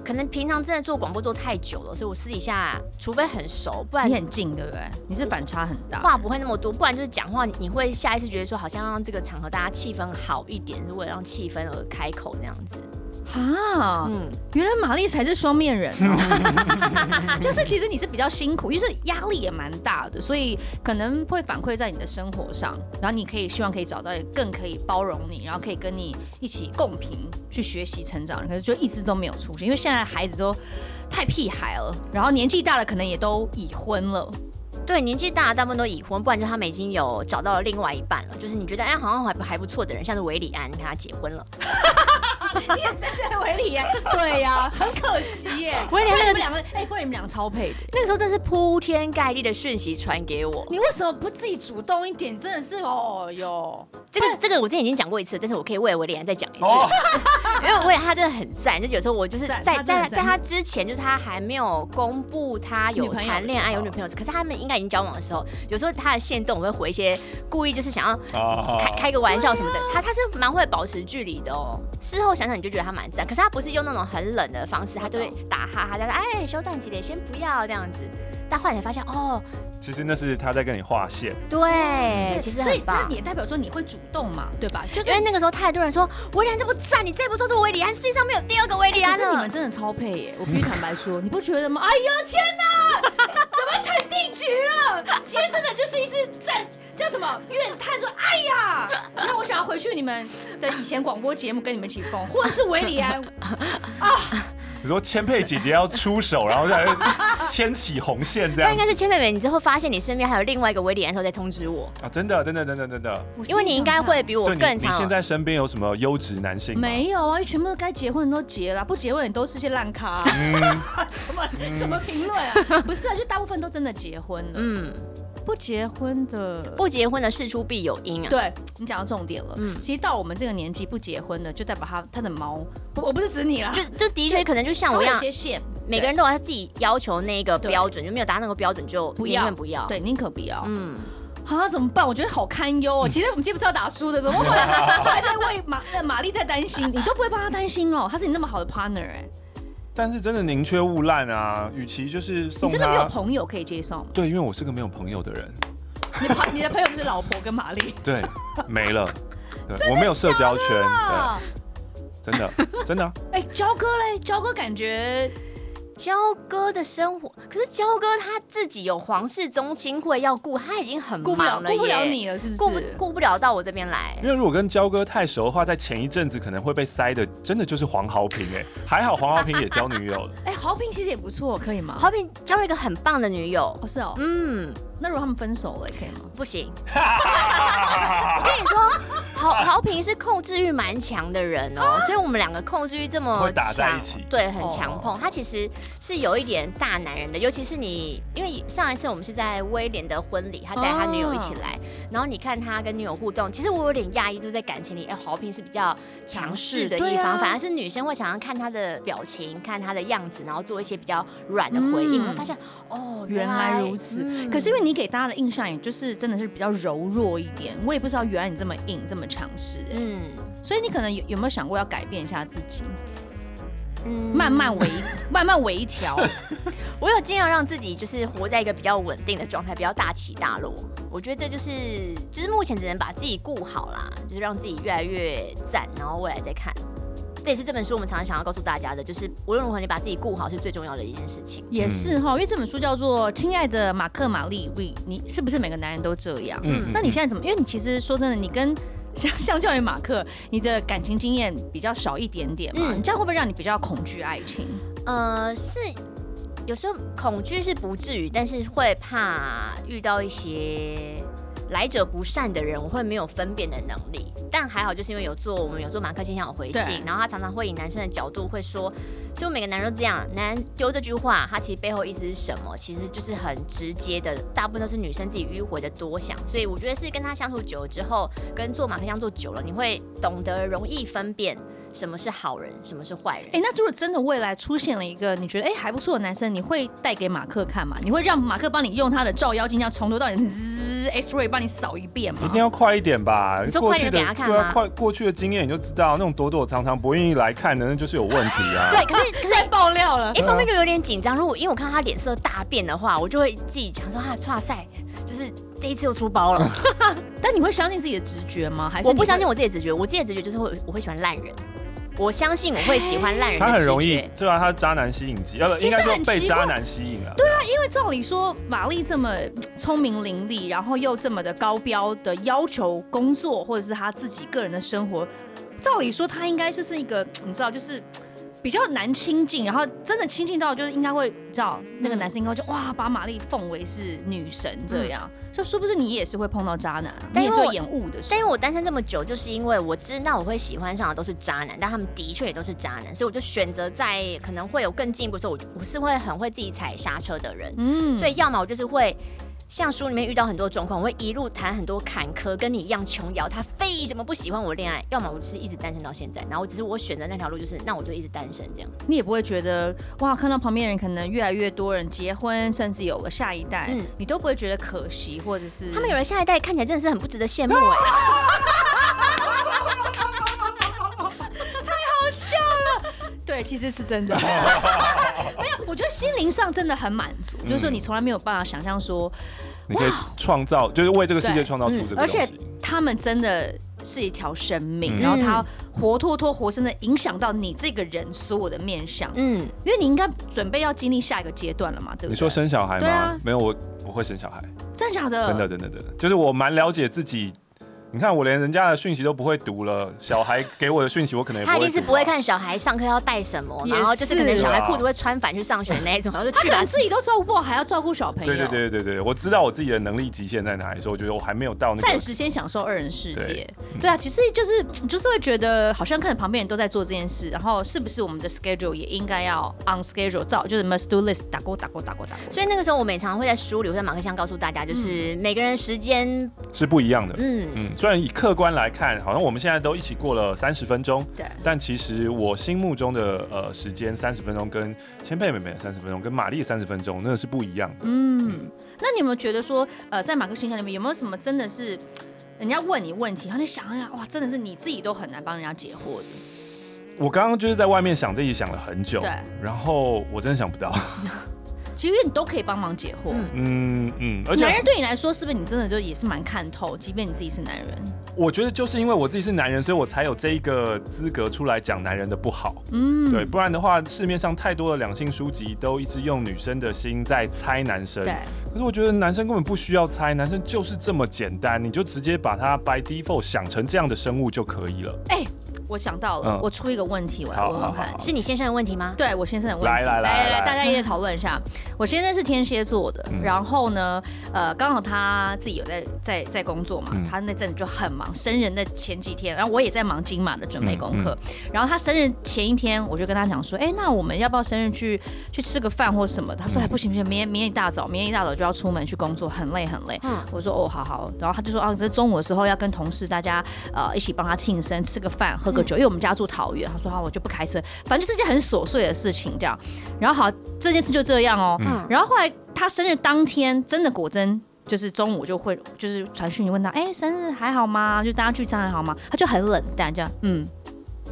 [SPEAKER 4] 可能平常真的做广播做太久了，所以我私底下除非很熟，不然
[SPEAKER 3] 你很近，对不对？你是反差很大。
[SPEAKER 4] 话不会那么多，不然就是讲话你会下意识觉得说好像让这个场合大家气氛好一点，是为了让气氛而开口这样子。
[SPEAKER 3] 啊，
[SPEAKER 4] 嗯，
[SPEAKER 3] 原来玛丽才是双面人、哦， 就是其实你是比较辛苦，因为是压力也蛮大的，所以可能会反馈在你的生活上，然后你可以希望可以找到更可以包容你，然后可以跟你一起共平去学习成长，可是就一直都没有出现，因为现在孩子都太屁孩了，然后年纪大了可能也都已婚了，
[SPEAKER 4] 对，年纪大的大部分都已婚，不然就是他们已经有找到了另外一半了。就是你觉得哎，好像还不还不错的人，像是韦礼安，你看他结婚了。
[SPEAKER 3] 对维里耶，对呀、很可惜耶，
[SPEAKER 4] 维里
[SPEAKER 3] 你
[SPEAKER 4] 安那
[SPEAKER 3] 们
[SPEAKER 4] 个
[SPEAKER 3] 两个，哎、不然你们两个超配的。
[SPEAKER 4] 那个时候真是铺天盖地的讯息传给我。
[SPEAKER 3] 你为什么不自己主动一点？真的是哦哟，
[SPEAKER 4] 这个这个我之前已经讲过一次，但是我可以为了维里安再讲一次，
[SPEAKER 5] 哦，
[SPEAKER 4] 因为维里安他真的很赞。就有时候我就是
[SPEAKER 3] 赞
[SPEAKER 4] 在
[SPEAKER 3] 他真的
[SPEAKER 4] 在
[SPEAKER 3] 很
[SPEAKER 4] 在
[SPEAKER 3] 赞
[SPEAKER 4] 他之前，就是他还没有公布他有
[SPEAKER 3] 女朋友的
[SPEAKER 4] 谈恋爱
[SPEAKER 3] 时
[SPEAKER 4] 有
[SPEAKER 3] 候
[SPEAKER 4] 女朋友，可是他们应该已经交往的时候，有时候他的线动我会回一些故意就是想要
[SPEAKER 5] 啊
[SPEAKER 4] 开开个玩笑什么的，
[SPEAKER 3] 啊
[SPEAKER 4] 他他是蛮会保持距离的哦。事后想想你就觉得他蛮赞，可是他不是用那种很冷的方式，他就会打哈哈，他说哎休蛋起来，先不要这样子。但后来才发现哦，
[SPEAKER 5] 其实那是他在跟你划线，
[SPEAKER 4] 对，哎其实
[SPEAKER 3] 所
[SPEAKER 4] 很
[SPEAKER 3] 以那
[SPEAKER 4] 棒
[SPEAKER 3] 你。也代表说你会主动嘛，对吧？就
[SPEAKER 4] 就是是因为那个时候太多人说维里安这么赞，你再不说这维里安，世界上没有第二个维里
[SPEAKER 3] 哎可
[SPEAKER 4] 安
[SPEAKER 3] 是你
[SPEAKER 4] 了
[SPEAKER 3] 们。真的超配耶！我必须坦白说，你不觉得吗？ 哎呀天哪，怎么成定局了？今天真的就是一直在叫什么怨叹说，哎呀， 那我想要回去你们的以前广播节目跟你们起风，或者是维啊里 安，
[SPEAKER 5] 你说千佩姐姐要出手，然后再牵起红线这
[SPEAKER 4] 那
[SPEAKER 5] 样
[SPEAKER 4] 应该是千妹妹，你之后发现你身边还有另外一个维里安的时候再通知我，
[SPEAKER 5] 啊！真的，真的，真的，真的。
[SPEAKER 4] 因为你应该会比我
[SPEAKER 5] 对
[SPEAKER 4] 更
[SPEAKER 5] 你，你
[SPEAKER 4] 常
[SPEAKER 5] 现
[SPEAKER 4] 有。
[SPEAKER 5] 在身边有什么优质男性吗？
[SPEAKER 3] 没有啊，因为全部都该结婚的都结了，不结婚也都是些烂咖啊、
[SPEAKER 5] 嗯，
[SPEAKER 3] 什么什么评论啊？不是啊，就大部分都真的结婚了，
[SPEAKER 4] 嗯，
[SPEAKER 3] 不结婚的
[SPEAKER 4] 不结婚的事出必有因啊。
[SPEAKER 3] 对你讲到重点了，
[SPEAKER 4] 嗯
[SPEAKER 3] 其实到我们这个年纪不结婚的，就代表他他的毛，不我不是指你啦，
[SPEAKER 4] 就就的确可能就像
[SPEAKER 3] 他
[SPEAKER 4] 我
[SPEAKER 3] 会
[SPEAKER 4] 一
[SPEAKER 3] 有
[SPEAKER 4] 样，
[SPEAKER 3] 些线，
[SPEAKER 4] 每个人都有他自己要求那一个标准，就没有达到那个标准就
[SPEAKER 3] 不
[SPEAKER 4] 宁
[SPEAKER 3] 要
[SPEAKER 4] 愿不要。，
[SPEAKER 3] 对宁可不要。
[SPEAKER 4] 嗯，
[SPEAKER 3] 啊，怎么办？我觉得好堪忧哦。其实我们今天不是要打输的，怎么后来后来在为玛呃玛丽在担心？你都不会帮她担心哦，她是你那么好的 partner 哎，
[SPEAKER 5] 但是真的宁缺毋滥啊，与其就是送
[SPEAKER 3] 你真的没有
[SPEAKER 5] 他。
[SPEAKER 3] 朋友可以介绍吗？
[SPEAKER 5] 对，因为我是个没有朋友的人，
[SPEAKER 3] 你的朋你的朋友就是老婆跟玛丽，
[SPEAKER 5] 对，没了，对我没有社交圈，
[SPEAKER 3] 啊
[SPEAKER 5] 对，真的，真的啊、
[SPEAKER 3] 哎，焦哥嘞，焦哥感觉
[SPEAKER 4] 焦哥的生活，可是焦哥他自己有皇室宗亲会要顾，他已经很
[SPEAKER 3] 顾不了
[SPEAKER 4] 忙了
[SPEAKER 3] 顾不了
[SPEAKER 4] 耶，
[SPEAKER 3] 你了，是不是？嗯
[SPEAKER 4] 顾不顾不了到我这边来。
[SPEAKER 5] 因为如果跟焦哥太熟的话，在前一阵子可能会被塞的，真的就是黄豪平哎、还好黄豪平也交女友了，
[SPEAKER 3] 哎，豪平其实也不错，可以吗？
[SPEAKER 4] 好比交了一个很棒的女友，
[SPEAKER 3] 哦是哦，
[SPEAKER 4] 嗯，
[SPEAKER 3] 那如果他们分手了，可以吗？
[SPEAKER 4] 不行。 我跟你说，豪 豪平是控制欲蛮强的人哦，所以我们两个控制欲这么
[SPEAKER 5] 啊会打在
[SPEAKER 4] 强
[SPEAKER 5] 一起哦
[SPEAKER 4] 对，很强碰。他其实是有一点大男人的，尤其是你，因为上一次我们是在威廉的婚礼，他带他女友一起
[SPEAKER 5] 啊
[SPEAKER 4] 来，然后你看他跟女友互动，其实我有点讶异，就是在感情里，哎，豪平是比较强势的
[SPEAKER 3] 强势
[SPEAKER 4] 一
[SPEAKER 3] 对
[SPEAKER 4] 方，
[SPEAKER 3] 啊
[SPEAKER 4] 反而是女生会常常看他的表情，看他的样子，然后做一些比较软的回应，
[SPEAKER 3] 嗯
[SPEAKER 4] 我发现哦，
[SPEAKER 3] 原来如此。
[SPEAKER 4] 嗯
[SPEAKER 3] 可是因为你给大家的印象，也就是真的是比较柔弱一点，我也不知道原来你这么硬，这么强势、欸
[SPEAKER 4] 嗯。
[SPEAKER 3] 所以你可能有有没有想过要改变一下自己，
[SPEAKER 4] 嗯
[SPEAKER 3] 慢慢微慢慢微调？
[SPEAKER 4] 我有尽量让自己就是活在一个比较稳定的状态，不要大起大落。我觉得这就是就是目前只能把自己顾好啦，就是让自己越来越赞，然后未来再看。这也是这本书我们常常想要告诉大家的，就是无论如何你把自己顾好是最重要的一件事情。
[SPEAKER 3] 也是哈，因为这本书叫做《亲爱的马克玛丽 We》，你是不是每个男人都这样？
[SPEAKER 5] 嗯，
[SPEAKER 3] 那你现在怎么？因为你其实说真的，你跟相相较于马克，你的感情经验比较少一点点嘛，
[SPEAKER 4] 嗯
[SPEAKER 3] 这样会不会让你比较恐惧爱情？
[SPEAKER 4] 呃，是有时候恐惧是不至于，但是会怕遇到一些来者不善的人，我会没有分辨的能力。但还好，就是因为有做我们有做马克信箱有回
[SPEAKER 3] 对
[SPEAKER 4] 信，然后他常常会以男生的角度会说，其实我每个男人都这样，男人丢这句话，他其实背后意思是什么？其实就是很直接的，大部分都是女生自己迂回的多想。所以我觉得是跟他相处久了之后，跟做马克相做久了，你会懂得容易分辨什么是好人，什么是坏人。
[SPEAKER 3] 哎、那如果真的未来出现了一个你觉得哎、还不错的男生，你会带给马克看吗？你会让马克帮你用他的照妖镜，这样从头到尾滋 X ray 帮你扫一遍
[SPEAKER 5] 一
[SPEAKER 3] 吗
[SPEAKER 5] 定？要快一点吧！
[SPEAKER 4] 你说
[SPEAKER 5] 过
[SPEAKER 4] 快一
[SPEAKER 5] 去
[SPEAKER 4] 点
[SPEAKER 5] 的
[SPEAKER 4] 给他看
[SPEAKER 5] 对啊，
[SPEAKER 4] 吗
[SPEAKER 5] 快过去的经验你就知道，那种躲躲藏藏不愿意来看的，那就是有问题 啊。
[SPEAKER 4] 对，可是 可是。
[SPEAKER 2] 爆料了。
[SPEAKER 3] 哎
[SPEAKER 4] 一方
[SPEAKER 3] 啊
[SPEAKER 4] 面就有点紧张，如果因为我看他脸色大变的话，我就会自己想说啊，哇塞，就是这一次又出 包了。
[SPEAKER 3] 但你会相信自己的直觉吗？还是
[SPEAKER 4] 我不
[SPEAKER 3] 你会
[SPEAKER 4] 相信我自己的直觉，我自己的直觉就是会我会喜欢烂人，我相信我会喜欢烂人的
[SPEAKER 5] 他
[SPEAKER 4] 直觉。
[SPEAKER 5] 很容易， 对啊，他是渣男吸引机，呃，
[SPEAKER 3] 其
[SPEAKER 5] 应
[SPEAKER 3] 实
[SPEAKER 5] 该说
[SPEAKER 3] 很
[SPEAKER 5] 被
[SPEAKER 3] 奇
[SPEAKER 5] 渣
[SPEAKER 3] 怪
[SPEAKER 5] 男吸引了。对啊，
[SPEAKER 3] 因为照理说，玛丽这么聪明伶俐，然后又这么的高标的要求工作或者是她自己个人的生活，照理说她应该就是一个嗯你知道，就是比较难亲近，然后真的亲近到就是应该会你知道那个男生应该就哇把玛丽奉为是女神这样，
[SPEAKER 4] 嗯
[SPEAKER 3] 就殊不知你也是会碰到渣男，
[SPEAKER 4] 但
[SPEAKER 3] 你也
[SPEAKER 4] 因为
[SPEAKER 3] 是有
[SPEAKER 4] 我
[SPEAKER 3] 延误的时
[SPEAKER 4] 但
[SPEAKER 3] 候，
[SPEAKER 4] 因为我单身这么久，就是因为我知道我会喜欢上的都是渣男，但他们的确也都是渣男，所以我就选择在可能会有更进一步的时候，我我是会很会自己踩刹车的人，
[SPEAKER 3] 嗯
[SPEAKER 4] 所以要么我就是会。像书里面遇到很多状况，我会一路谈很多坎坷，跟你一样琼瑶，他非怎么不喜欢我恋爱，要么我就是一直单身到现在，然后只是我选择那条路就是，那我就一直单身这样。
[SPEAKER 3] 你也不会觉得哇，看到旁边人可能越来越多人结婚，甚至有了下一代，
[SPEAKER 4] 嗯
[SPEAKER 3] 你都不会觉得可惜，或者是
[SPEAKER 4] 他们有人下一代看起来真的是很不值得羡慕哎、
[SPEAKER 2] 对，其实是真 的。
[SPEAKER 3] 我觉得心灵上真的很满足，
[SPEAKER 5] 嗯
[SPEAKER 3] 就是说你从来没有办法想象说
[SPEAKER 5] 你可以创造，就是为这个世界
[SPEAKER 3] 对
[SPEAKER 5] 创造出这个
[SPEAKER 3] 而
[SPEAKER 5] 东
[SPEAKER 3] 且
[SPEAKER 5] 西。
[SPEAKER 3] 他们真的是一条生
[SPEAKER 5] 嗯
[SPEAKER 3] 命，然后他活脱脱、活生生地影响到你这个人所有的面相，
[SPEAKER 4] 嗯，
[SPEAKER 3] 因为你应该准备要经历下一个阶段了嘛，对不对？
[SPEAKER 5] 你说生小孩
[SPEAKER 3] 对啊嗯
[SPEAKER 5] 吗？没有，我不会生小孩，
[SPEAKER 3] 真的假的？
[SPEAKER 5] 真的，真的，真的，就是我蛮了解自己。你看，我连人家的讯息都不会读了，小孩给我的讯息，我可能也
[SPEAKER 4] 他
[SPEAKER 5] 不
[SPEAKER 4] 一
[SPEAKER 5] 会
[SPEAKER 4] 定
[SPEAKER 5] 读
[SPEAKER 4] 是
[SPEAKER 5] 啊。
[SPEAKER 4] 不会看小孩上课要带什么，
[SPEAKER 2] 也
[SPEAKER 4] 然后就是可能
[SPEAKER 2] 是
[SPEAKER 4] 小孩
[SPEAKER 5] 啊
[SPEAKER 4] 裤子会穿反去上学那一种，然后就
[SPEAKER 3] 他
[SPEAKER 4] 去
[SPEAKER 3] 可
[SPEAKER 4] 吧
[SPEAKER 3] 能自己都照顾不好，还要照顾小朋友。
[SPEAKER 5] 对对对对对，我知道我自己的能力极限在哪里，所以我觉得我还没有到那
[SPEAKER 3] 暂
[SPEAKER 5] 个。
[SPEAKER 3] 时先享受二人世界
[SPEAKER 5] 对，
[SPEAKER 3] 对啊，其实就是就是会觉得好像看着旁边人都在做这件事，然后是不是我们的 schedule 也应该要 on schedule 照，就是 must do list 打勾打勾打勾打勾。
[SPEAKER 4] 所以那个时候，我们也常常会在书里或在马克箱告诉大家，就是每个人时间，
[SPEAKER 5] 是不一样的。
[SPEAKER 4] 嗯，
[SPEAKER 5] 嗯，虽然以客观来看，好像我们现在都一起过了三十分钟，
[SPEAKER 3] 对
[SPEAKER 5] 但其实我心目中的呃时间三十分钟跟千佩妹妹的三十分钟跟玛丽三十分钟那是不一样的。
[SPEAKER 3] 嗯，那你有没有觉得说，呃，在马克信箱里面有没有什么真的是人家问你问题，然后你想一想，哇，真的是你自己都很难帮人家解惑的。
[SPEAKER 5] 我刚刚就是在外面想这一想了很久
[SPEAKER 3] 对，
[SPEAKER 5] 然后我真的想不到，
[SPEAKER 3] 其实你都可以帮忙解惑。
[SPEAKER 4] 嗯
[SPEAKER 5] 嗯嗯，而且
[SPEAKER 3] 男人对你来说，是不是你真的就也是蛮看透？即便你自己是男人，
[SPEAKER 5] 我觉得就是因为我自己是男人，所以我才有这一个资格出来讲男人的不好。
[SPEAKER 3] 嗯，
[SPEAKER 5] 对，，不然的话，市面上太多的两性书籍都一直用女生的心在猜男生。
[SPEAKER 3] 对，
[SPEAKER 5] 可是我觉得男生根本不需要猜，男生就是这么简单，你就直接把他 by default 想成这样的生物就可以了。
[SPEAKER 3] 我想到了，
[SPEAKER 5] 嗯
[SPEAKER 3] 我出一个问题，我来
[SPEAKER 5] 好
[SPEAKER 3] 问
[SPEAKER 5] 好
[SPEAKER 3] 问
[SPEAKER 5] 好
[SPEAKER 3] 看。
[SPEAKER 5] 好，
[SPEAKER 4] 是你先生的问题吗？
[SPEAKER 3] 对我先生的问题，
[SPEAKER 5] 来来来
[SPEAKER 3] 来
[SPEAKER 5] 来
[SPEAKER 3] 大家也讨论 一下。我先生是天蝎座的，
[SPEAKER 5] 嗯
[SPEAKER 3] 然后呢，呃，刚好他自己有在在在工作嘛，
[SPEAKER 5] 嗯
[SPEAKER 3] 他那阵子就很忙，生日的前几天，然后我也在忙金马的准备功课。
[SPEAKER 5] 嗯
[SPEAKER 3] 然后他生日前一天，我就跟他讲说，哎，那我们要不要生日去去吃个饭或什么？他说，
[SPEAKER 5] 嗯
[SPEAKER 3] 哎，不行不行，明天明天一大早，明天一大早就要出门去工作，很累很累。
[SPEAKER 4] 嗯
[SPEAKER 3] 我说哦，好好。然后他就说，啊，这中午的时候要跟同事大家呃一起帮他庆生，吃个饭，喝个酒，因为我们家住桃园。他说，啊，我就不开车，反正就是件很琐碎的事情这样。然后好，这件事就这样哦。
[SPEAKER 4] 嗯
[SPEAKER 3] 然后后来他生日当天，真的果真。就是中午就会就是传讯息问他，哎、生日还好吗？就大家聚餐还好吗？他就很冷淡，这样，嗯，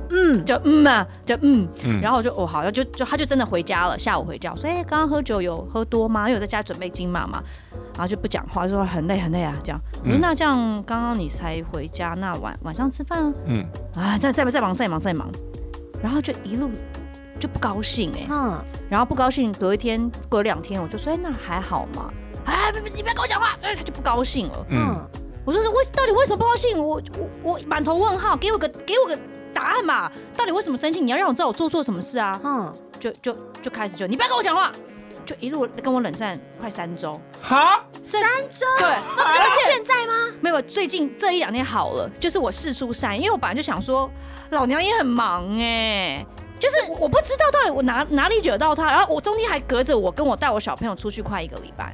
[SPEAKER 3] 嗯，就嗯啊，就嗯，
[SPEAKER 5] 嗯
[SPEAKER 3] 然后我就哦好，就就他就真的回家了，下午回家，我说哎，刚刚喝酒有喝多吗？因为我在家准备金马嘛，然后就不讲话，就说很累很累啊，这样。我说
[SPEAKER 5] 嗯
[SPEAKER 3] 那这样刚刚你才回家，那晚晚上吃饭
[SPEAKER 5] 嗯，
[SPEAKER 3] 啊，再再再忙再忙再忙，然后就一路就不高兴哎、
[SPEAKER 4] 嗯，
[SPEAKER 3] 然后不高兴，隔一天隔两天我就说哎那还好嘛，啊不不你不要跟我讲话，哎他就不高兴了。
[SPEAKER 5] 嗯
[SPEAKER 4] 嗯，
[SPEAKER 3] 我说是为到底为什么不高兴？我我我满头问号，给我个给我个答案嘛！到底为什么生气？你要让我知道我做错什么事啊！
[SPEAKER 4] 嗯，
[SPEAKER 3] 就就就开始就你不要跟我讲话，就一路跟我冷战快三周，
[SPEAKER 5] 哈，
[SPEAKER 3] 三周对，而且现在吗？没有，最近这一两天好了，就是我事出善意，因为我本来就想说老娘也很忙哎、就是我我不知道到底我哪哪里惹到他，然后我中间还隔着我跟我带我小朋友出去快一个礼拜。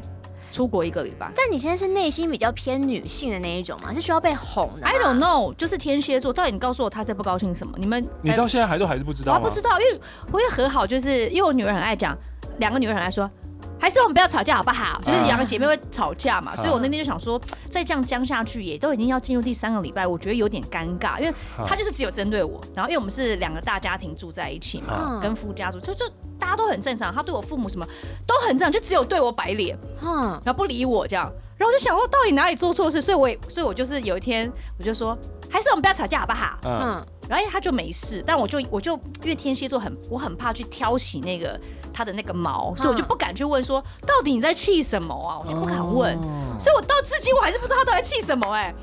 [SPEAKER 3] 出国一个礼拜。
[SPEAKER 4] 但你现在是内心比较偏女性的那一种吗？是需要被哄的吗
[SPEAKER 3] I don't know，就是天蝎座，到底你告诉我他在不高兴什么？你们
[SPEAKER 5] 你到现在还都还是不知
[SPEAKER 3] 我还
[SPEAKER 5] 道吗
[SPEAKER 3] 哎不？知道，因为我也和好，就是因为我女儿很爱讲，两个女儿很爱说。还是我们不要吵架好不好？就是两个姐妹会吵架
[SPEAKER 5] 啊
[SPEAKER 3] 嘛，所以我那天就想说，再这样僵下去也都已经要进入第三个礼拜，我觉得有点尴尬，因为
[SPEAKER 5] 啊
[SPEAKER 3] 她就是只有针对我，然后因为我们是两个大家庭住在一起嘛，
[SPEAKER 5] 啊
[SPEAKER 4] 嗯
[SPEAKER 3] 跟夫家住，就就大家都很正常，她对我父母什么都很正常，就只有对我摆脸，
[SPEAKER 4] 嗯，
[SPEAKER 3] 然后不理我这样，然后我就想说到底哪里做错事，所以我也所以我就是有一天我就说，还是我们不要吵架好不好？
[SPEAKER 5] 嗯，
[SPEAKER 4] 嗯，
[SPEAKER 3] 然后他就没事，但我就我就因为天蝎座很我很怕去挑起那个他的那个毛，所以我就不敢去问说到底你在气什么啊，我就不敢问，
[SPEAKER 5] 哦
[SPEAKER 3] 所以我到至今我还是不知道他到底在气什么哎、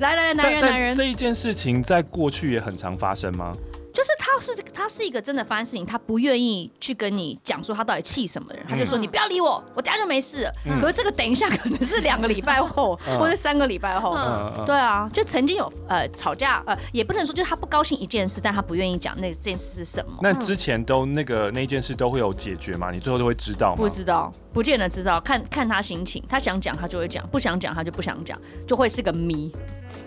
[SPEAKER 3] 来来来，男
[SPEAKER 5] 但
[SPEAKER 3] 人男
[SPEAKER 5] 但
[SPEAKER 3] 人，
[SPEAKER 5] 这一件事情在过去也很常发生吗？
[SPEAKER 3] 就是他是他是一个真的发生事情，他不愿意去跟你讲说他到底气什么的人，他就说
[SPEAKER 4] 嗯
[SPEAKER 3] 你不要理我，我等下就没事了。
[SPEAKER 5] 嗯
[SPEAKER 3] 可是这个等一下可能是两个礼拜后，
[SPEAKER 5] 嗯
[SPEAKER 3] 或者三个礼拜后，
[SPEAKER 5] 嗯嗯
[SPEAKER 3] 对啊，就曾经有呃吵架，呃也不能说就是他不高兴一件事，但他不愿意讲那件事是什么。
[SPEAKER 5] 那之前都那个那件事都会有解决吗？你最后都会知道吗
[SPEAKER 3] 不？知道，不见得知道，看看他心情，他想讲他就会讲，不想讲他就不想讲，就会是个谜。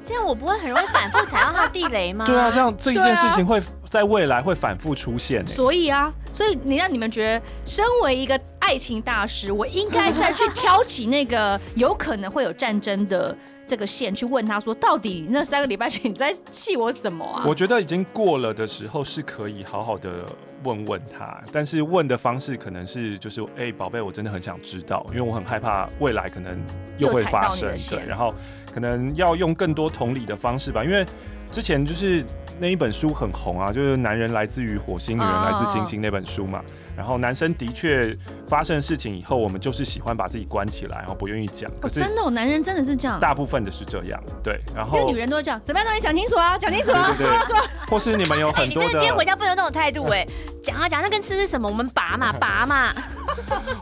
[SPEAKER 4] 这样我不会很容易反复踩到他的地雷 吗？
[SPEAKER 5] 对啊，这样这一件事情会在未来会反复出现欸。
[SPEAKER 3] 所以啊，所以你让你们觉得，身为一个爱情大师，我应该再去挑起那个有可能会有战争的这个线，去问他说，到底那三个礼拜前你在气我什么啊？
[SPEAKER 5] 我觉得已经过了的时候是可以好好的问问他，但是问的方式可能是就是，哎、宝贝，我真的很想知道，因为我很害怕未来可能又会发生
[SPEAKER 3] 又踩到你的，线
[SPEAKER 5] 对，然后可能要用更多同理的方式吧，因为之前就是那一本书很红啊，就是《男人来自于火星，女人来自金星》那本书嘛，然后男生的确发生事情以后，我们就是喜欢把自己关起来，然后不愿意讲，可
[SPEAKER 3] 哦、
[SPEAKER 5] 是
[SPEAKER 3] 真的、哦，男人真的是这样，
[SPEAKER 5] 大部分的是这样，对，然
[SPEAKER 3] 因为
[SPEAKER 5] 后
[SPEAKER 3] 女。人都会这样，怎么样让你讲清楚啊，讲清楚啊，
[SPEAKER 5] 对对
[SPEAKER 3] 说
[SPEAKER 5] 对
[SPEAKER 3] 啊说啊，
[SPEAKER 5] 或是你们有
[SPEAKER 4] 哎、
[SPEAKER 5] 很
[SPEAKER 4] 你
[SPEAKER 5] 多
[SPEAKER 4] 真
[SPEAKER 5] 的，
[SPEAKER 4] 的
[SPEAKER 5] 啊
[SPEAKER 4] 今天回家不能有那种态度哎、讲啊讲，那跟吃是什么？我们拔嘛拔嘛，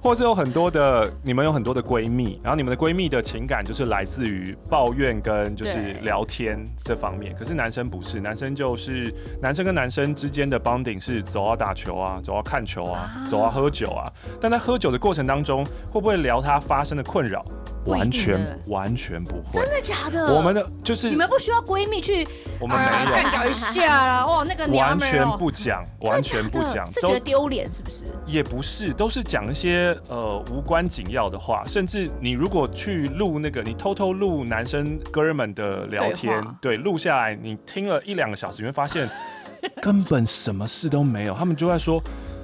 [SPEAKER 5] 或是有很多的，你们有很多的闺蜜，然后你们的闺蜜的情感就是来自于抱怨跟就是
[SPEAKER 3] 对
[SPEAKER 5] 聊天这方面。可是男生不是，男生就是男生跟男生之间的 bonding 是走到打球啊，走到看球啊，走到喝酒啊。但在喝酒的过程当中，会不会聊他发生的困扰？
[SPEAKER 3] 不一定
[SPEAKER 5] 完全
[SPEAKER 3] 对
[SPEAKER 5] 完全不会。
[SPEAKER 3] 真的假的？
[SPEAKER 5] 我们的就是
[SPEAKER 3] 你们不需要闺蜜去
[SPEAKER 5] 我们
[SPEAKER 3] 啊
[SPEAKER 5] 没
[SPEAKER 3] 干掉一下啦，哇， 那个
[SPEAKER 5] 有，
[SPEAKER 3] 娘
[SPEAKER 5] 完
[SPEAKER 3] 们
[SPEAKER 5] 全
[SPEAKER 3] 儿哦。
[SPEAKER 5] 不讲，完全不讲，
[SPEAKER 3] 是觉
[SPEAKER 5] 都
[SPEAKER 3] 得丢脸是不是？
[SPEAKER 5] 也不是，都是讲一些呃无关紧要的话，甚至你如果去录那个，你偷偷录男生哥们的聊天
[SPEAKER 3] 对话，
[SPEAKER 5] 对，录下来，你听了一两个小时，你会发 现根本什么事都没有，他们就在说，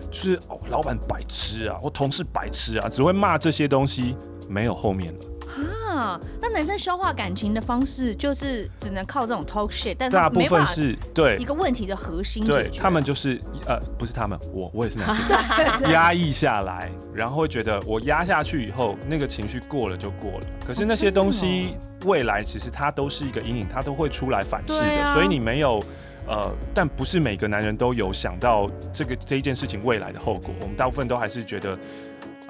[SPEAKER 5] 就是哦，老板白痴啊，或同事白痴啊，只会骂这些东西，没有后面了。
[SPEAKER 3] 啊，那男生消化感情的方式就是只能靠这种 talk shit，但是
[SPEAKER 5] 大
[SPEAKER 3] 他
[SPEAKER 5] 部
[SPEAKER 3] 呃没办
[SPEAKER 5] 分
[SPEAKER 3] 法
[SPEAKER 5] 是对
[SPEAKER 3] 一。个问题的核心
[SPEAKER 5] 对
[SPEAKER 3] 解决。
[SPEAKER 5] 他们就是呃，不是他们，我我也是男 性，压抑下来，然后会觉得我压下去以后，那个情绪过了就过了。可是那些东西未来其实它都是一个阴影，它都会出来反噬
[SPEAKER 3] 对
[SPEAKER 5] 的，
[SPEAKER 3] 啊
[SPEAKER 5] 所以你没有。呃，但不是每个男人都有想到这个这一件事情未来的后果。我们大部分都还是觉得，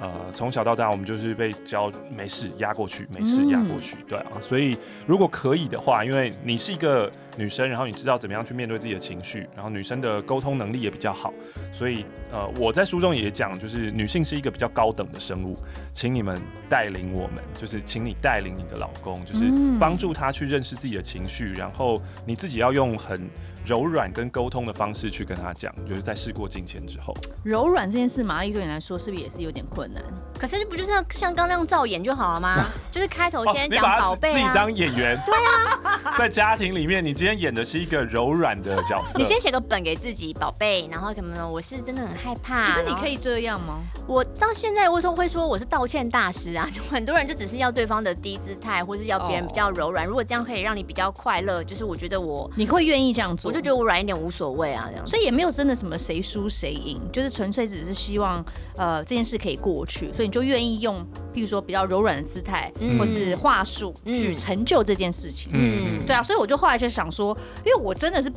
[SPEAKER 5] 呃，从小到大我们就是被教没事压过去，没事压过去，对啊。所以如果可以的话，因为你是一个女生，然后你知道怎么样去面对自己的情绪，然后女生的沟通能力也比较好，所以呃，我在书中也讲，就是女性是一个比较高等的生物，请你们带领我们，就是请你带领你的老公，就是
[SPEAKER 3] 嗯
[SPEAKER 5] 帮助他去认识自己的情绪，然后你自己要用很柔软跟沟通的方式去跟他讲，就是在事过境迁之后，
[SPEAKER 3] 柔软这件事，玛丽对你来说是不是也是有点困难？
[SPEAKER 4] 可是不就是要像刚那样照演就好 了吗？就是开头先
[SPEAKER 5] 哦你
[SPEAKER 4] 讲
[SPEAKER 5] 把他
[SPEAKER 4] 宝贝
[SPEAKER 5] 自己
[SPEAKER 4] 啊。
[SPEAKER 5] 当演员，对啊， 在家庭里面，你今天演的是一个柔软的角色，
[SPEAKER 4] 你先写个本给自己，宝贝，然后可能我是真的很害怕。
[SPEAKER 3] 可是你
[SPEAKER 4] 然后
[SPEAKER 3] 可以这样吗？
[SPEAKER 4] 我到现在为什么会说我是道歉大师啊？ 就很多人就只是要对方的低姿态，或是要别
[SPEAKER 3] 哦
[SPEAKER 4] 人比较柔软。如果这样可以让你比较快乐，就是我觉得我，
[SPEAKER 3] 你会愿意这样做？
[SPEAKER 4] 我就觉得我软一点无所谓啊，这样子。
[SPEAKER 3] 所以也没有真的什么谁输谁赢，就是纯粹只是希望呃这件事可以过去，所以你就愿意用，譬如说比较柔软的姿态、
[SPEAKER 4] 嗯
[SPEAKER 3] 或是话术、
[SPEAKER 4] 嗯
[SPEAKER 3] 去成就这件事情。
[SPEAKER 5] 嗯，
[SPEAKER 3] 对啊，所以我就后来就想说，因为我真的是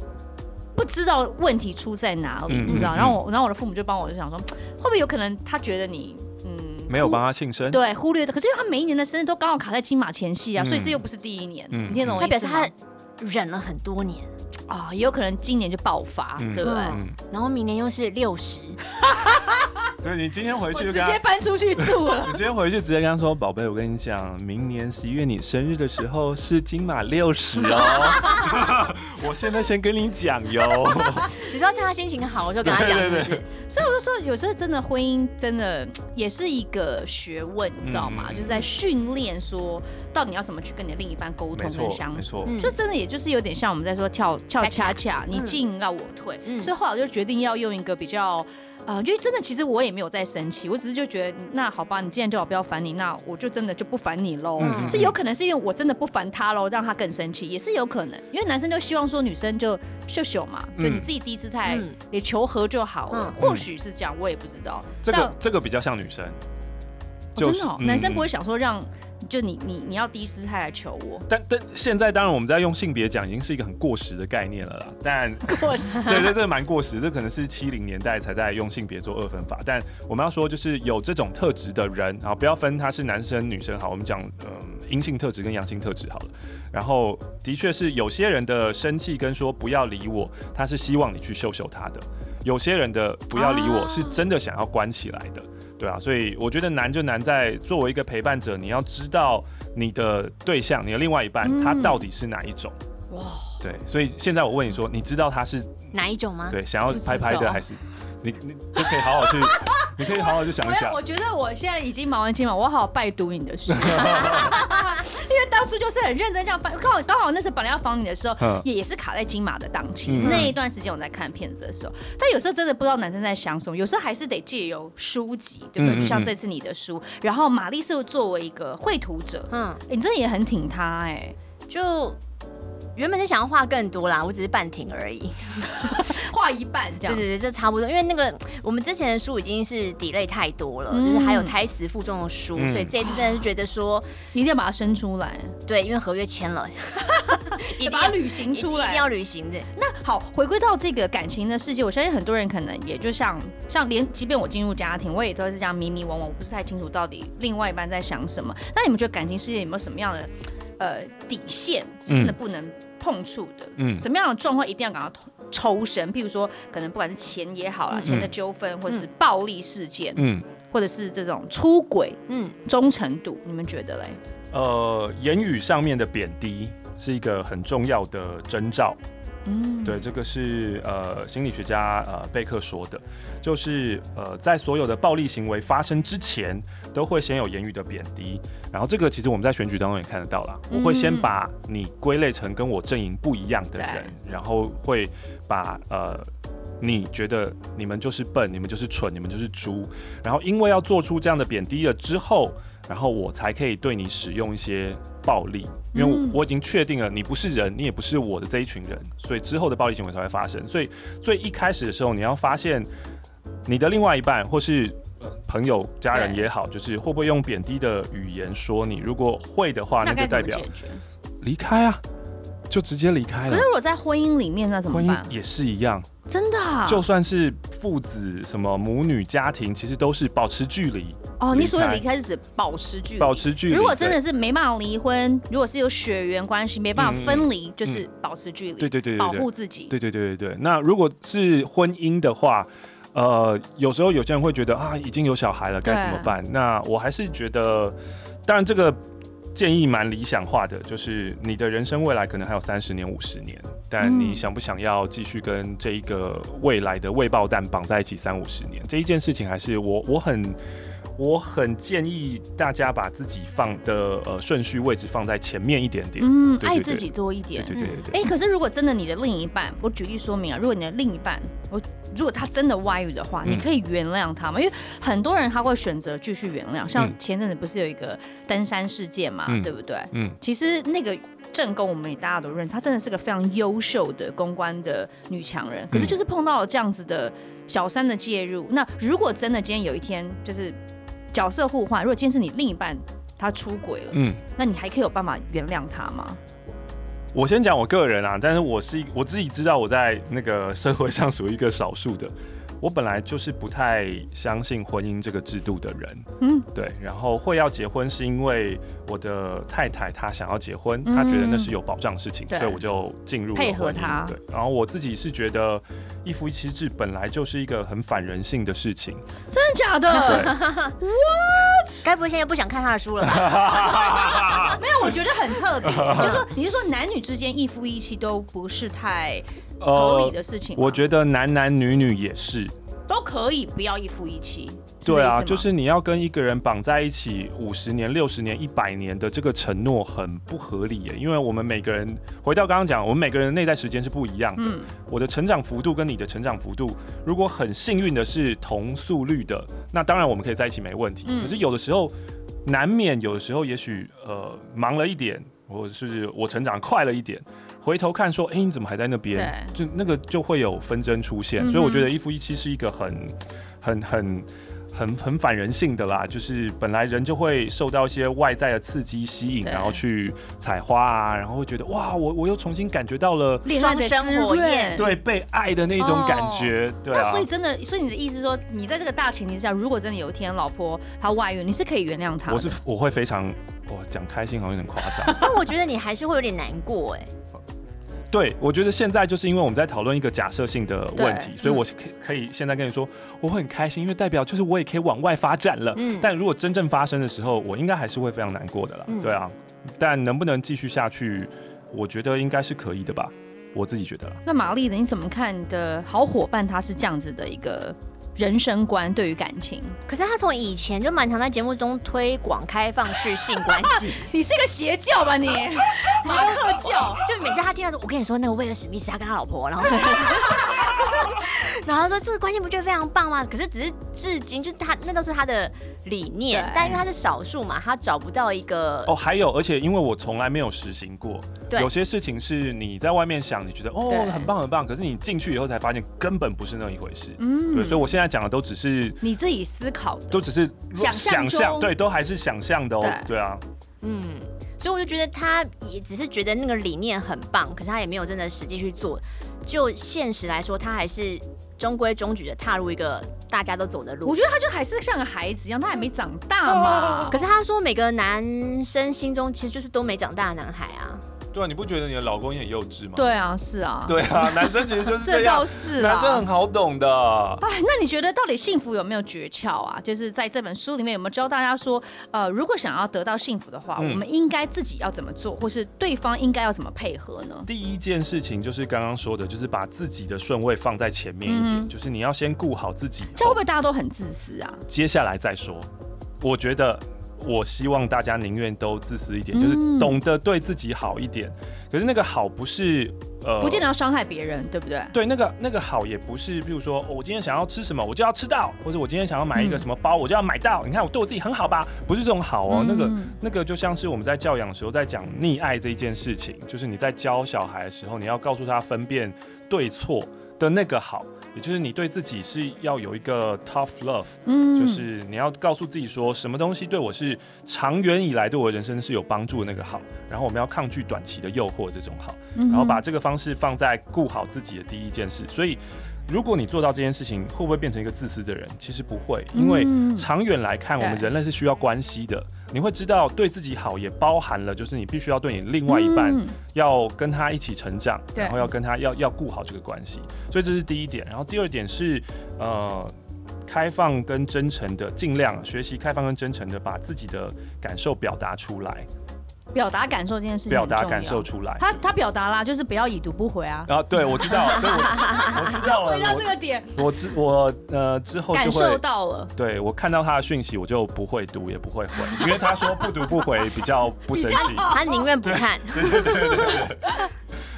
[SPEAKER 3] 不知道问题出在哪里，
[SPEAKER 5] 嗯
[SPEAKER 3] 你知道？
[SPEAKER 5] 嗯
[SPEAKER 3] 然后我，然后我的父母就帮我就想说，会不会有可能他觉得你嗯
[SPEAKER 5] 没有
[SPEAKER 3] 忽
[SPEAKER 5] 帮他庆生，
[SPEAKER 3] 对忽略的？可是因为他每一年的生日都刚好卡在金马前夕啊，
[SPEAKER 5] 嗯
[SPEAKER 3] 所以这又不是第一年，
[SPEAKER 5] 嗯
[SPEAKER 3] 你听得懂我
[SPEAKER 4] 他
[SPEAKER 3] 意
[SPEAKER 4] 表
[SPEAKER 3] 思
[SPEAKER 4] 示
[SPEAKER 3] 吗
[SPEAKER 4] 他？忍了很多年，
[SPEAKER 3] 啊、也有可能今年就爆发，
[SPEAKER 5] 嗯
[SPEAKER 3] 对不对？
[SPEAKER 4] 嗯然后明年又是六十，
[SPEAKER 5] 对你今天回
[SPEAKER 3] 我
[SPEAKER 5] 去就
[SPEAKER 3] 直
[SPEAKER 5] 跟他
[SPEAKER 3] 接，搬出去住了。
[SPEAKER 5] 你今天回去直接跟他说，宝贝，我跟你讲，明年十一月你生日的时候是金马六十哦， 我现在先跟你讲 哟。
[SPEAKER 4] 你知道趁他心情好，我就跟他讲，
[SPEAKER 5] 对对
[SPEAKER 4] 是不
[SPEAKER 5] 对
[SPEAKER 4] 是？
[SPEAKER 3] 所以我就说，有时候真的婚姻真的也是一个学问，你知道吗？
[SPEAKER 5] 嗯
[SPEAKER 3] 就是在训练说到底要怎么去跟你的另一半沟
[SPEAKER 5] 没
[SPEAKER 3] 通跟
[SPEAKER 5] 错
[SPEAKER 3] 相，
[SPEAKER 5] 没
[SPEAKER 3] 处。
[SPEAKER 5] 错，
[SPEAKER 4] 嗯
[SPEAKER 3] 就真的也就是有点像我们在说跳跳恰
[SPEAKER 4] 恰
[SPEAKER 3] 恰，你
[SPEAKER 4] 嗯
[SPEAKER 3] 进要我退，
[SPEAKER 4] 嗯
[SPEAKER 3] 所以后来我就决定要用一个比较。啊、因为真的，其实我也没有在生气，我只是就觉得，嗯那好吧，你既然叫我不要烦你，那我就真的就不烦你喽。
[SPEAKER 5] 嗯
[SPEAKER 3] 所以有可能是因为我真的不烦他喽，让他更生气，也是有可能。因为男生就希望说女生就秀秀嘛，
[SPEAKER 5] 嗯
[SPEAKER 3] 就你自己低姿态，
[SPEAKER 4] 嗯
[SPEAKER 3] 你求和就好了。
[SPEAKER 4] 嗯
[SPEAKER 3] 或许是这样，我也不知道。
[SPEAKER 5] 这
[SPEAKER 3] 但
[SPEAKER 5] 个这个比较像女生，
[SPEAKER 3] 哦真的、哦
[SPEAKER 5] 嗯
[SPEAKER 3] 男生不会想说让，就你你你要低姿态来求 我，
[SPEAKER 5] 但但现在当然我们在用性别讲，已经是一个很过时的概念了啦。但
[SPEAKER 3] 过 时。
[SPEAKER 5] 对对，这个蛮过时，这可能是七零年代才在用性别做二分法。但我们要说，就是有这种特质的人啊，不要分他是男生女生好，我们讲嗯阴性特质跟阳性特质好了。然后的确是有些人的生气跟说不要理我，他是希望你去秀秀他的；有些人的不要理我是真的想要关起来的。对啊，所以我觉得难就难在作为一个陪伴者，你要知道你的对象，你的另外一半，他到底是哪一种。哇，对，所以现在我问你说，你知道他是
[SPEAKER 4] 哪一种吗？
[SPEAKER 5] 对，想要拍拍
[SPEAKER 3] 不知
[SPEAKER 5] 的
[SPEAKER 3] 道
[SPEAKER 5] 还是你你就可以好好去，你可以好好去想一
[SPEAKER 3] 我
[SPEAKER 5] 想
[SPEAKER 3] 要，我。觉得我现在已经忙完金马，我好好拜读你 的书，因为当初就是很认真这样翻，刚好刚好那时候本来要访你的时候
[SPEAKER 5] 嗯，
[SPEAKER 3] 也也是卡在金马的档期、
[SPEAKER 5] 嗯
[SPEAKER 3] 那一段时间，我在看片子的时候，但有时候真的不知道男生在想什么，有时候还是得借由书籍，对不对？
[SPEAKER 5] 嗯嗯
[SPEAKER 3] 就像这次你的书，然后玛丽是作为一个绘图者，
[SPEAKER 4] 嗯，
[SPEAKER 3] 欸你真的也很挺他哎、
[SPEAKER 4] 就原本是想要画更多啦，我只是半停而已。
[SPEAKER 3] 画一半这
[SPEAKER 4] 对
[SPEAKER 3] 样。
[SPEAKER 4] 对对，这差不多，因为那个我们之前的书已经是 delay 太多了，
[SPEAKER 3] 嗯
[SPEAKER 4] 就是还有胎死腹中的书，
[SPEAKER 5] 嗯
[SPEAKER 4] 所以这一次真的是觉得说，
[SPEAKER 3] 一定要把它生出来，
[SPEAKER 4] 对，因为合约 签了，一定
[SPEAKER 3] 把它
[SPEAKER 4] 要
[SPEAKER 3] 履行出来，
[SPEAKER 4] 一定要履行的。
[SPEAKER 3] 那好，回归到这个感情的世界，我相信很多人可能也就像像连，即便我进入家庭，我也都是这样迷迷惘惘，我不是太清楚到底另外一半在想什么。那你们觉得感情世界有没有什么样的呃底线是真的不能碰触的？
[SPEAKER 5] 嗯
[SPEAKER 3] 什么样的状况一定要赶快抽身？譬如说，可能不管是钱也好啦，钱的纠纷，或者是暴力事件，
[SPEAKER 5] 嗯，
[SPEAKER 3] 或者是这种出轨、
[SPEAKER 4] 嗯，
[SPEAKER 3] 忠诚度，你们觉得嘞？
[SPEAKER 5] 呃，言语上面的贬低是一个很重要的征兆。
[SPEAKER 3] 嗯，
[SPEAKER 5] 对，这个是呃心理学家呃贝克说的，就是呃在所有的暴力行为发生之前，都会先有言语的贬低，然后这个其实我们在选举当中也看得到啦，我会先
[SPEAKER 3] 嗯
[SPEAKER 5] 把你归类成跟我阵营不一样的人，然后会把呃。你觉得你们就是笨，你们就是蠢，你们就是猪，然后因为要做出这样的贬低了之后，然后我才可以对你使用一些暴力，因为我
[SPEAKER 3] 嗯
[SPEAKER 5] 我已经确定了你不是人，你也不是我的这一群人，所以之后的暴力行为才会发生。所以最一开始的时候，你要发现你的另外一半或是。呃朋友、家人
[SPEAKER 3] 对
[SPEAKER 5] 也好，就是会不会用贬低的语言说你？如果会的话，
[SPEAKER 3] 那
[SPEAKER 5] 那
[SPEAKER 3] 该
[SPEAKER 5] 就
[SPEAKER 3] 怎
[SPEAKER 5] 代
[SPEAKER 3] 么
[SPEAKER 5] 表
[SPEAKER 3] 解决？
[SPEAKER 5] 离开啊，就直接离开
[SPEAKER 3] 可
[SPEAKER 5] 了
[SPEAKER 3] 是。如果在婚姻里面，那怎么
[SPEAKER 5] 嗯婚
[SPEAKER 3] 办
[SPEAKER 5] 姻？也是一样，
[SPEAKER 3] 真的啊、
[SPEAKER 5] 就算是父子、什么母女家庭，其实都是保持距离，
[SPEAKER 3] 哦，
[SPEAKER 5] 离
[SPEAKER 3] 你所谓
[SPEAKER 5] 开
[SPEAKER 3] 离开是指保持距离。
[SPEAKER 5] 保持距离。
[SPEAKER 3] 如果真
[SPEAKER 5] 对
[SPEAKER 3] 的是没办法离婚，如果是有血缘关系没办法分离，就是保持距离，
[SPEAKER 5] 嗯对对对对对
[SPEAKER 3] 保护自己。
[SPEAKER 5] 对对对对对。那如果是婚姻的话，呃，有时候有些人会觉得啊，已经有小孩了，该怎么办？那我还是觉得，当然这个建议蛮理想化的，就是你的人生未来可能还有三十年、五十年，但
[SPEAKER 3] 嗯
[SPEAKER 5] 你想不想要继续跟这一个未来的未爆弹绑在一起三五十年？这一件事情还是我我很。我很建议大家把自己放的呃顺序位置放在前面一点点，
[SPEAKER 3] 嗯，
[SPEAKER 5] 对对
[SPEAKER 3] 爱
[SPEAKER 5] 对
[SPEAKER 3] 自己多一
[SPEAKER 5] 对
[SPEAKER 3] 点。
[SPEAKER 5] 对对对对。
[SPEAKER 3] 哎、可是如果真的你的另一半，我举例说明啊，如果你的另一半，我如果他真的外遇的话，
[SPEAKER 5] 嗯
[SPEAKER 3] 你可以原谅他吗？因为很多人他会选择继续原谅，像
[SPEAKER 5] 嗯
[SPEAKER 3] 前阵子不是有一个登山事件嘛，
[SPEAKER 5] 嗯
[SPEAKER 3] 对不对？
[SPEAKER 5] 嗯，
[SPEAKER 3] 其实那个正宫我们也大家都认识，她真的是个非常优秀的公关的女强人。可是就是碰到了这样子的小三的介入，那如果真的今天有一天就是角色互换，如果今天是你另一半他出轨了，
[SPEAKER 5] 嗯，
[SPEAKER 3] 那你还可以有办法原谅 他吗？
[SPEAKER 5] 我先讲我个人啊，但是我是一我自己知道我在那个社会上属于一个少数的，我本来就是不太相信婚姻这个制度的人，
[SPEAKER 3] 嗯
[SPEAKER 5] 嗯，对。然后会要结婚是因为我的太太她想要结婚，她觉得那是有保障的事情，
[SPEAKER 3] 嗯对
[SPEAKER 5] 所以我就进入了
[SPEAKER 3] 配合
[SPEAKER 5] 婚姻
[SPEAKER 3] 她
[SPEAKER 5] 对，然后我自己是觉得一夫一妻制本来就是一个很反人性的事情，
[SPEAKER 3] 真的假
[SPEAKER 5] 对
[SPEAKER 3] 的？。
[SPEAKER 4] 该不会现在不想看他的书了吧？
[SPEAKER 3] 没有，我觉得很特别，就是说你是说男女之间一夫一妻都不是太合理的事情吗、
[SPEAKER 5] 呃我觉得男男女女也是，
[SPEAKER 3] 都可以不要一夫一妻。是这
[SPEAKER 5] 对
[SPEAKER 3] 意思
[SPEAKER 5] 啊，
[SPEAKER 3] 吗
[SPEAKER 5] 就是你要跟一个人绑在一起五十年、六十年、一百年的这个承诺很不合理耶，因为我们每个人回到刚刚讲，我们每个人的内在时间是不一样的。
[SPEAKER 3] 嗯
[SPEAKER 5] 我的成长幅度跟你的成长幅度，如果很幸运的是同速率的，那当然我们可以在一起没问题。
[SPEAKER 3] 嗯
[SPEAKER 5] 可是有的时候难免，有的时候也许呃忙了一点，或者是我成长快了一点。回头看说，哎、你怎么还在那边？就那个就会有纷争出
[SPEAKER 3] 嗯
[SPEAKER 5] 现，所以我觉得一夫一妻是一个很、很、很、很、很反人性的啦。就是本来人就会受到一些外在的刺激吸引，
[SPEAKER 3] 对
[SPEAKER 5] 然后去采花啊，然后会觉得哇，我我又重新感觉到了
[SPEAKER 3] 恋爱的
[SPEAKER 4] 双生火
[SPEAKER 3] 滋润
[SPEAKER 4] 焰
[SPEAKER 5] 对被爱的那种感觉，对
[SPEAKER 3] 哦那
[SPEAKER 5] 啊
[SPEAKER 3] 所以。真的，所以你的意思说，你在这个大前提下，如果真的有一天老婆她外遇，你是可以原谅她的。
[SPEAKER 5] 我是我会非常，我讲开心好像有点夸张。
[SPEAKER 4] 但我觉得你还是会有点难过哎、
[SPEAKER 5] 对，我觉得现在就是因为我们在讨论一个假设性的问题，
[SPEAKER 3] 对嗯
[SPEAKER 5] 所以我是可以可以现在跟你说，我很开心，因为代表就是我也可以往外发展了。
[SPEAKER 4] 嗯
[SPEAKER 5] 但如果真正发生的时候，我应该还是会非常难过的啦。
[SPEAKER 4] 嗯
[SPEAKER 5] 对啊，但能不能继续下去，我觉得应该是可以的吧，我自己觉得啦。
[SPEAKER 3] 那玛丽呢？你怎么看你的好伙伴她是这样子的一个人生观对于感情？
[SPEAKER 4] 可是他从以前就蛮常在节目中推广开放式性关系，
[SPEAKER 3] 你是个邪教吧你？ 马克教。
[SPEAKER 4] 就每次他听到说，我跟你说那个威尔史密斯他跟他老婆，然后 然后他说这个关系不觉得非常棒吗？可是只是至今就是他那都是他的理念
[SPEAKER 3] 对，
[SPEAKER 4] 但因为他是少数嘛，他找不到一个
[SPEAKER 5] 哦，还有，而且因为我从来没有实行过，
[SPEAKER 4] 对
[SPEAKER 5] 有些事情是你在外面想，你觉得哦
[SPEAKER 3] 对
[SPEAKER 5] 很棒很棒，可是你进去以后才发现根本不是那一回事。对，
[SPEAKER 3] 嗯，
[SPEAKER 5] 所以我现在讲的都只是。
[SPEAKER 3] 你自己思考的。
[SPEAKER 5] 都只是
[SPEAKER 3] 想象中
[SPEAKER 5] 对，都还是想象的哦，
[SPEAKER 3] 对
[SPEAKER 5] 对啊，
[SPEAKER 4] 嗯，所以我就觉得他也只是觉得那个理念很棒，可是他也没有真的实际去做。就现实来说，他还是中规中矩的踏入一个大家都走的
[SPEAKER 3] 我
[SPEAKER 4] 路。
[SPEAKER 3] 觉得她就还是像个孩子一样，她还没长大嘛。
[SPEAKER 5] 啊
[SPEAKER 4] 可是他说，每个男生心中其实就是都没长大的男孩啊。
[SPEAKER 5] 对啊，你不觉得你的老公也很幼稚吗？
[SPEAKER 3] 对啊，是啊，
[SPEAKER 5] 对啊， 男生其实就是这
[SPEAKER 3] 这
[SPEAKER 5] 样
[SPEAKER 3] 倒，是啊。
[SPEAKER 5] 男生很好懂的。
[SPEAKER 3] 哎，那你觉得到底幸福有没有诀窍啊？就是在这本书里面有没有教大家说，呃，如果想要得到幸福的话，
[SPEAKER 5] 嗯
[SPEAKER 3] 我们应该自己要怎么做，或是对方应该要怎么配合呢？
[SPEAKER 5] 第一件事情就是刚刚说的，就是把自己的顺位放在前面一点，
[SPEAKER 3] 嗯
[SPEAKER 5] 就是你要先顾好自己，
[SPEAKER 3] 这样会不会大家都很自私啊？
[SPEAKER 5] 接下来再说。我觉得，我希望大家宁愿都自私一点，就是
[SPEAKER 3] 嗯
[SPEAKER 5] 懂得对自己好一点。可是那个好不是呃，
[SPEAKER 3] 不见得要伤害别人，对不对？
[SPEAKER 5] 对，那个那个好也不是，比如说、哦我今天想要吃什么，我就要吃到，或者我今天想要买一个
[SPEAKER 3] 嗯
[SPEAKER 5] 什么包，我就要买到。你看我对我自己很好吧？不是这种好哦，那个
[SPEAKER 3] 嗯
[SPEAKER 5] 那个就像是我们在教养的时候在讲溺爱这一件事情，就是你在教小孩的时候，你要告诉他分辨对错的那个好，也就是你对自己是要有一个 tough love，
[SPEAKER 3] 嗯
[SPEAKER 5] 就是你要告诉自己说，什么东西对我是长远以来对我人生是有帮助的那个好，然后我们要抗拒短期的诱惑这种好，
[SPEAKER 3] 嗯
[SPEAKER 5] 然后把这个方式放在顾好自己的第一件事。所以，如果你做到这件事情，会不会变成一个自私的人？其实不会，因为
[SPEAKER 3] 嗯
[SPEAKER 5] 长远来看，我们
[SPEAKER 3] 对
[SPEAKER 5] 人类是需要关系的。你会知道，对自己好也包含了，就是你必须要对你另外一半
[SPEAKER 3] 嗯
[SPEAKER 5] 要跟他一起成长，
[SPEAKER 3] 对
[SPEAKER 5] 然后要跟他要要顾好这个关系，所以这是第一点。然后第二点是，呃，开放跟真诚的，尽量学习开放跟真诚的，把自己的感受表达出来，
[SPEAKER 3] 表达感受这件事情
[SPEAKER 5] 表
[SPEAKER 3] 很重要，
[SPEAKER 5] 达感受出来。
[SPEAKER 3] 他他表达啦，就是不要已读不回啊。
[SPEAKER 5] 然后对我知 道，所以我我知道
[SPEAKER 3] 回到
[SPEAKER 5] 了
[SPEAKER 3] 这，个点，
[SPEAKER 5] 我我知我呃之后
[SPEAKER 3] 感
[SPEAKER 5] 哦就
[SPEAKER 3] 受
[SPEAKER 5] 会。哦
[SPEAKER 3] 到了，
[SPEAKER 5] 对我看到他的讯息，我就不会读，也不会回，因为他说不读不回比较不生气。
[SPEAKER 4] 他宁愿啊不 看，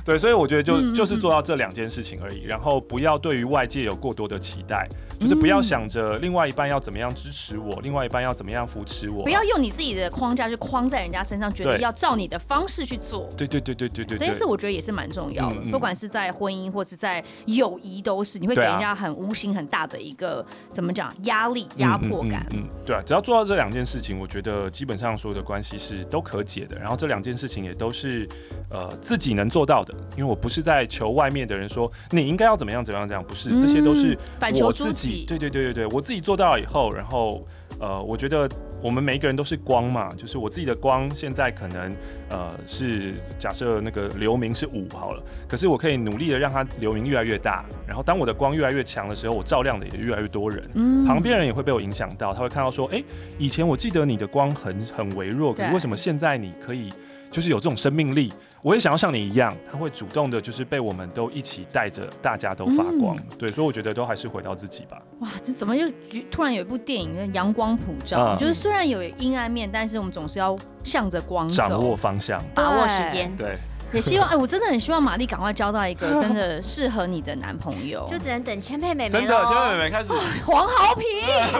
[SPEAKER 5] 对，所以我觉得
[SPEAKER 3] 嗯
[SPEAKER 5] 就、就是做到这两件事情而已，然后不要对于外界有过多的期待，就是不
[SPEAKER 3] 嗯
[SPEAKER 5] 要想着另外一半要怎么样支持我，另外一半要怎么样扶持我，
[SPEAKER 3] 不要用你自己的框架去框在人家身上，觉得
[SPEAKER 5] 对
[SPEAKER 3] 要照你的方式去做。
[SPEAKER 5] 对对对对对对
[SPEAKER 3] 这
[SPEAKER 5] 对
[SPEAKER 3] 件事我觉得也是蛮重要的，
[SPEAKER 5] 嗯嗯
[SPEAKER 3] 不管是在婚姻或是在友谊，都是你会给
[SPEAKER 5] 对啊
[SPEAKER 3] 人家很无形很大的一个怎么讲压力、压迫感。
[SPEAKER 5] 嗯嗯嗯嗯对啊，只要做到这两件事情，我觉得基本上所有的关系是都可解的。然后这两件事情也都是呃自己能做到的，因为我不是在求外面的人说你应该要怎么样怎么样怎么样，不是，这些都是
[SPEAKER 3] 反
[SPEAKER 5] 嗯
[SPEAKER 3] 求
[SPEAKER 5] 我
[SPEAKER 3] 诸
[SPEAKER 5] 自己
[SPEAKER 3] 己，
[SPEAKER 5] 对对对对对，我自己做到以后，然后呃，我觉得我们每一个人都是光嘛，就是我自己的光，现在可能呃是假设那个流明是五好了，可是我可以努力的让它流明越来越大，然后当我的光越来越强的时候，我照亮的也越来越多人，
[SPEAKER 3] 嗯
[SPEAKER 5] 旁边人也会被我影响到，他会看到说，哎、以前我记得你的光很很微弱，可是
[SPEAKER 3] 对
[SPEAKER 5] 为什么现在你可以就是有这种生命力？我也想要像你一样，他会主动的，就是被我们都一起带着，大家都发光。对，所以我觉得都还是回到自己吧。
[SPEAKER 3] 哇，这怎么又突然有一部电影叫《阳光普照》
[SPEAKER 5] 嗯
[SPEAKER 3] 就是虽然有阴暗面，但是我们总是要向着光走，
[SPEAKER 5] 掌握方向。
[SPEAKER 4] 把握时间，
[SPEAKER 5] 对，
[SPEAKER 3] 也 希望哎，我真的很希望玛丽赶快交到一个真的适合你的男朋友。
[SPEAKER 4] 就只能等千佩美
[SPEAKER 5] 真
[SPEAKER 4] 眉
[SPEAKER 5] 的，
[SPEAKER 3] 啊
[SPEAKER 4] 喽。
[SPEAKER 5] 今天美美开始，
[SPEAKER 3] 黄豪平，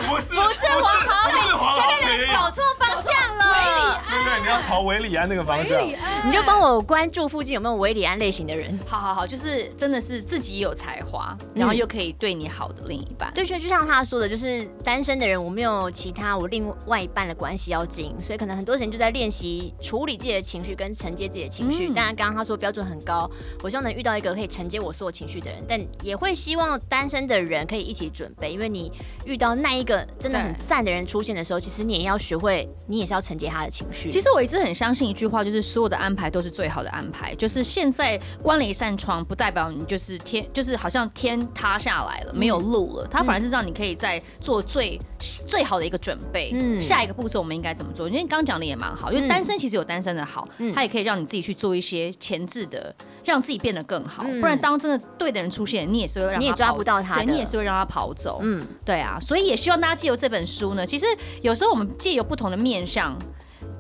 [SPEAKER 5] 不是不是黄豪平，不是黄豪平，
[SPEAKER 4] 搞错方向了，
[SPEAKER 5] 对对，你要朝维里安那个方向。
[SPEAKER 4] 你就帮我关注附近有没有维里安类型的人。
[SPEAKER 3] 好好好，就是真的是自己有才华，然后又可以嗯对你好的另一半。
[SPEAKER 4] 对，所以就像他说的，就是单身的人，我没有其他我另外一半的关系要经营，所以可能很多时间就在练习处理自己的情绪跟承接自己的情绪。
[SPEAKER 3] 嗯
[SPEAKER 4] 当然，刚刚他说标准很高，我希望能遇到一个可以承接我所有情绪的人，但也会希望单身的人可以一起准备，因为你遇到那一个真的很
[SPEAKER 3] 对
[SPEAKER 4] 赞的人出现的时候，其实你也要学会，你也是要承接他的情绪。
[SPEAKER 3] 其实我一直很相信一句话，就是所有的安排都是最好的安排。就是现在关了一扇窗，不代表你就是天，就是好像天塌下来了，没嗯有路了。它反而是让你可以在做最最好的一个准备。嗯，
[SPEAKER 4] 嗯
[SPEAKER 3] 下一个步骤我们应该怎么做？因为你刚刚讲的也蛮好，因为
[SPEAKER 4] 嗯
[SPEAKER 3] 单身其实有单身的好，
[SPEAKER 4] 嗯
[SPEAKER 3] 它也可以让你自己去做一些前置的，让自己变得更好。
[SPEAKER 4] 嗯
[SPEAKER 3] 不然当真的对的人出现，你也是会让
[SPEAKER 4] 你也
[SPEAKER 3] 他
[SPEAKER 4] 抓
[SPEAKER 3] 跑
[SPEAKER 4] 不到他
[SPEAKER 3] 对
[SPEAKER 4] 的
[SPEAKER 3] 你也是会让他跑走。
[SPEAKER 4] 嗯，
[SPEAKER 3] 对啊，所以也希望大家借由这本书呢，其实有时候我们借由不同的面向。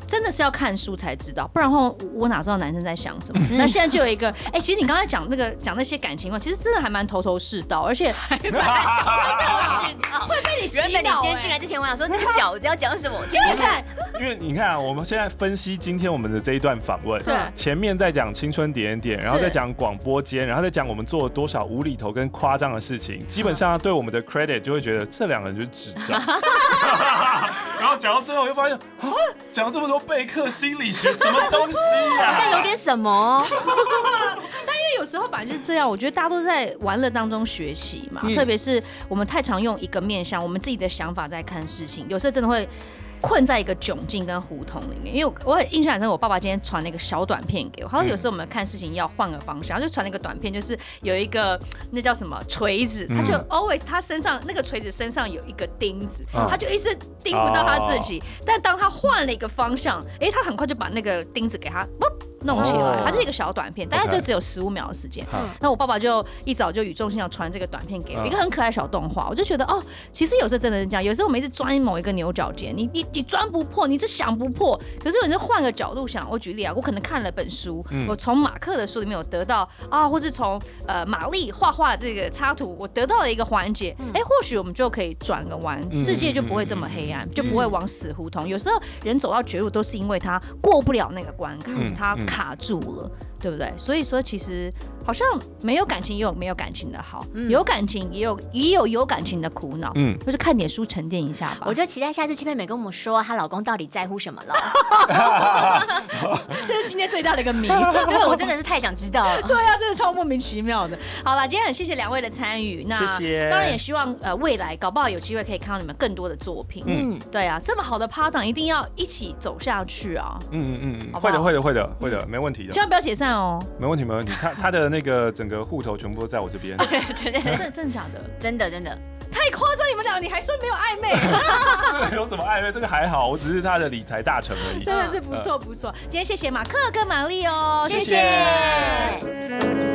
[SPEAKER 3] 真的是要看书才知道，不然的话我我哪知道男生在想什么？那现在就有一个，哎、其实你刚才讲那个讲那些感情话，其实真的还蛮头头是道，而 且啊
[SPEAKER 4] 会被你
[SPEAKER 3] 洗脑欸
[SPEAKER 4] 原本你今天进来之前，我想说这个小子要讲什 么，我听听看。
[SPEAKER 5] 因为你看、啊，我们现在分析今天我们的这一段访问，
[SPEAKER 3] 对
[SPEAKER 5] 前面在讲青春点点，然后
[SPEAKER 3] 是
[SPEAKER 5] 再讲广播间，然后再讲我们做了多少无厘头跟夸张的事情，基本上对我们的 credit 就会觉得这两个人就是智 障。 然后讲到最后，又发现啊，讲了这么多备课心理学什么东西
[SPEAKER 4] 好像
[SPEAKER 5] 啊？
[SPEAKER 4] 有点什么哦，
[SPEAKER 3] 因为有时候本来就是这样，我觉得大家都在玩乐当中学习嘛，
[SPEAKER 4] 嗯
[SPEAKER 3] 特别是我们太常用一个面向，我们自己的想法在看事情，有时候真的会。困在一个窘境跟胡同里面，因为我我很印象很深，我爸爸今天传了一个小短片给我，他说
[SPEAKER 5] 嗯
[SPEAKER 3] 有时候我们看事情要换个方向，他就传了一个短片，就是有一个那叫什么锤子，他就 always 他身上那个锤子身上有一个钉子，
[SPEAKER 5] 嗯
[SPEAKER 3] 他就一直钉不到他自己，但当他换了一个方向，诶，他很快就把那个钉子给他嘣弄起来
[SPEAKER 5] 哦，
[SPEAKER 3] 他是一个小短片，大概
[SPEAKER 5] OK
[SPEAKER 3] 就只有十五秒的时间。
[SPEAKER 5] 嗯
[SPEAKER 3] 那我爸爸就一早就语重心长传这个短片给我，
[SPEAKER 5] 嗯
[SPEAKER 3] 一个很可爱的小动画，我就觉得哦，其实有时候真的是这样，有时候我们一直钻某一个牛角尖，你你你钻不破，你是想不破，可是有时候换个角度想，我举例啊，我可能看了本书，
[SPEAKER 5] 嗯
[SPEAKER 3] 我从马克的书里面有得到啊，或是从呃玛丽画画这个插图，我得到了一个环节，哎，或许我们就可以转个弯，
[SPEAKER 5] 嗯
[SPEAKER 3] 世界就不会这么黑暗，就不会往死胡同。有时候人走到绝路都是因为他过不了那个关卡
[SPEAKER 5] 嗯，
[SPEAKER 3] 他
[SPEAKER 5] 嗯
[SPEAKER 3] 卡住了。对不对？所以说，其实好像没有感情也有没有感情的好，
[SPEAKER 2] 嗯
[SPEAKER 3] 有感情也有也有有感情的苦恼，
[SPEAKER 5] 嗯，
[SPEAKER 3] 就是看点书沉淀一下 吧。
[SPEAKER 4] 我就期待下次千佩美跟我们说她老公到底在乎什么了。
[SPEAKER 2] 这是今天最大的一个谜。
[SPEAKER 4] 对，我真的是太想知道了。
[SPEAKER 3] 对啊，真的超莫名其妙的。 好了，今天很谢谢两位的参与，那
[SPEAKER 5] 谢谢
[SPEAKER 3] 当然也希望呃未来搞不好有机会可以看到你们更多的作品。
[SPEAKER 5] 嗯
[SPEAKER 4] 嗯，
[SPEAKER 3] 对啊，这么好的搭档一定要一起走下去啊，
[SPEAKER 5] 嗯嗯嗯，
[SPEAKER 3] 好不
[SPEAKER 5] 会
[SPEAKER 3] 好
[SPEAKER 5] 的会的会的会
[SPEAKER 4] 嗯
[SPEAKER 5] 的，没问题的
[SPEAKER 3] 千，万不要解散 哦。
[SPEAKER 5] 没问题没问题。他他的那个整个户头全部都在我这 边。
[SPEAKER 3] 真真的假的？
[SPEAKER 4] 真的真的，
[SPEAKER 2] 太夸张，你们俩，你还说没有暧昧，
[SPEAKER 5] 这个有什么暧昧？这个还好，我只是他的理财大臣而已。嗯
[SPEAKER 3] 呃
[SPEAKER 2] 真的是不错不错。
[SPEAKER 3] 今天谢谢马克跟玛丽哦，
[SPEAKER 5] 谢谢
[SPEAKER 4] 谢谢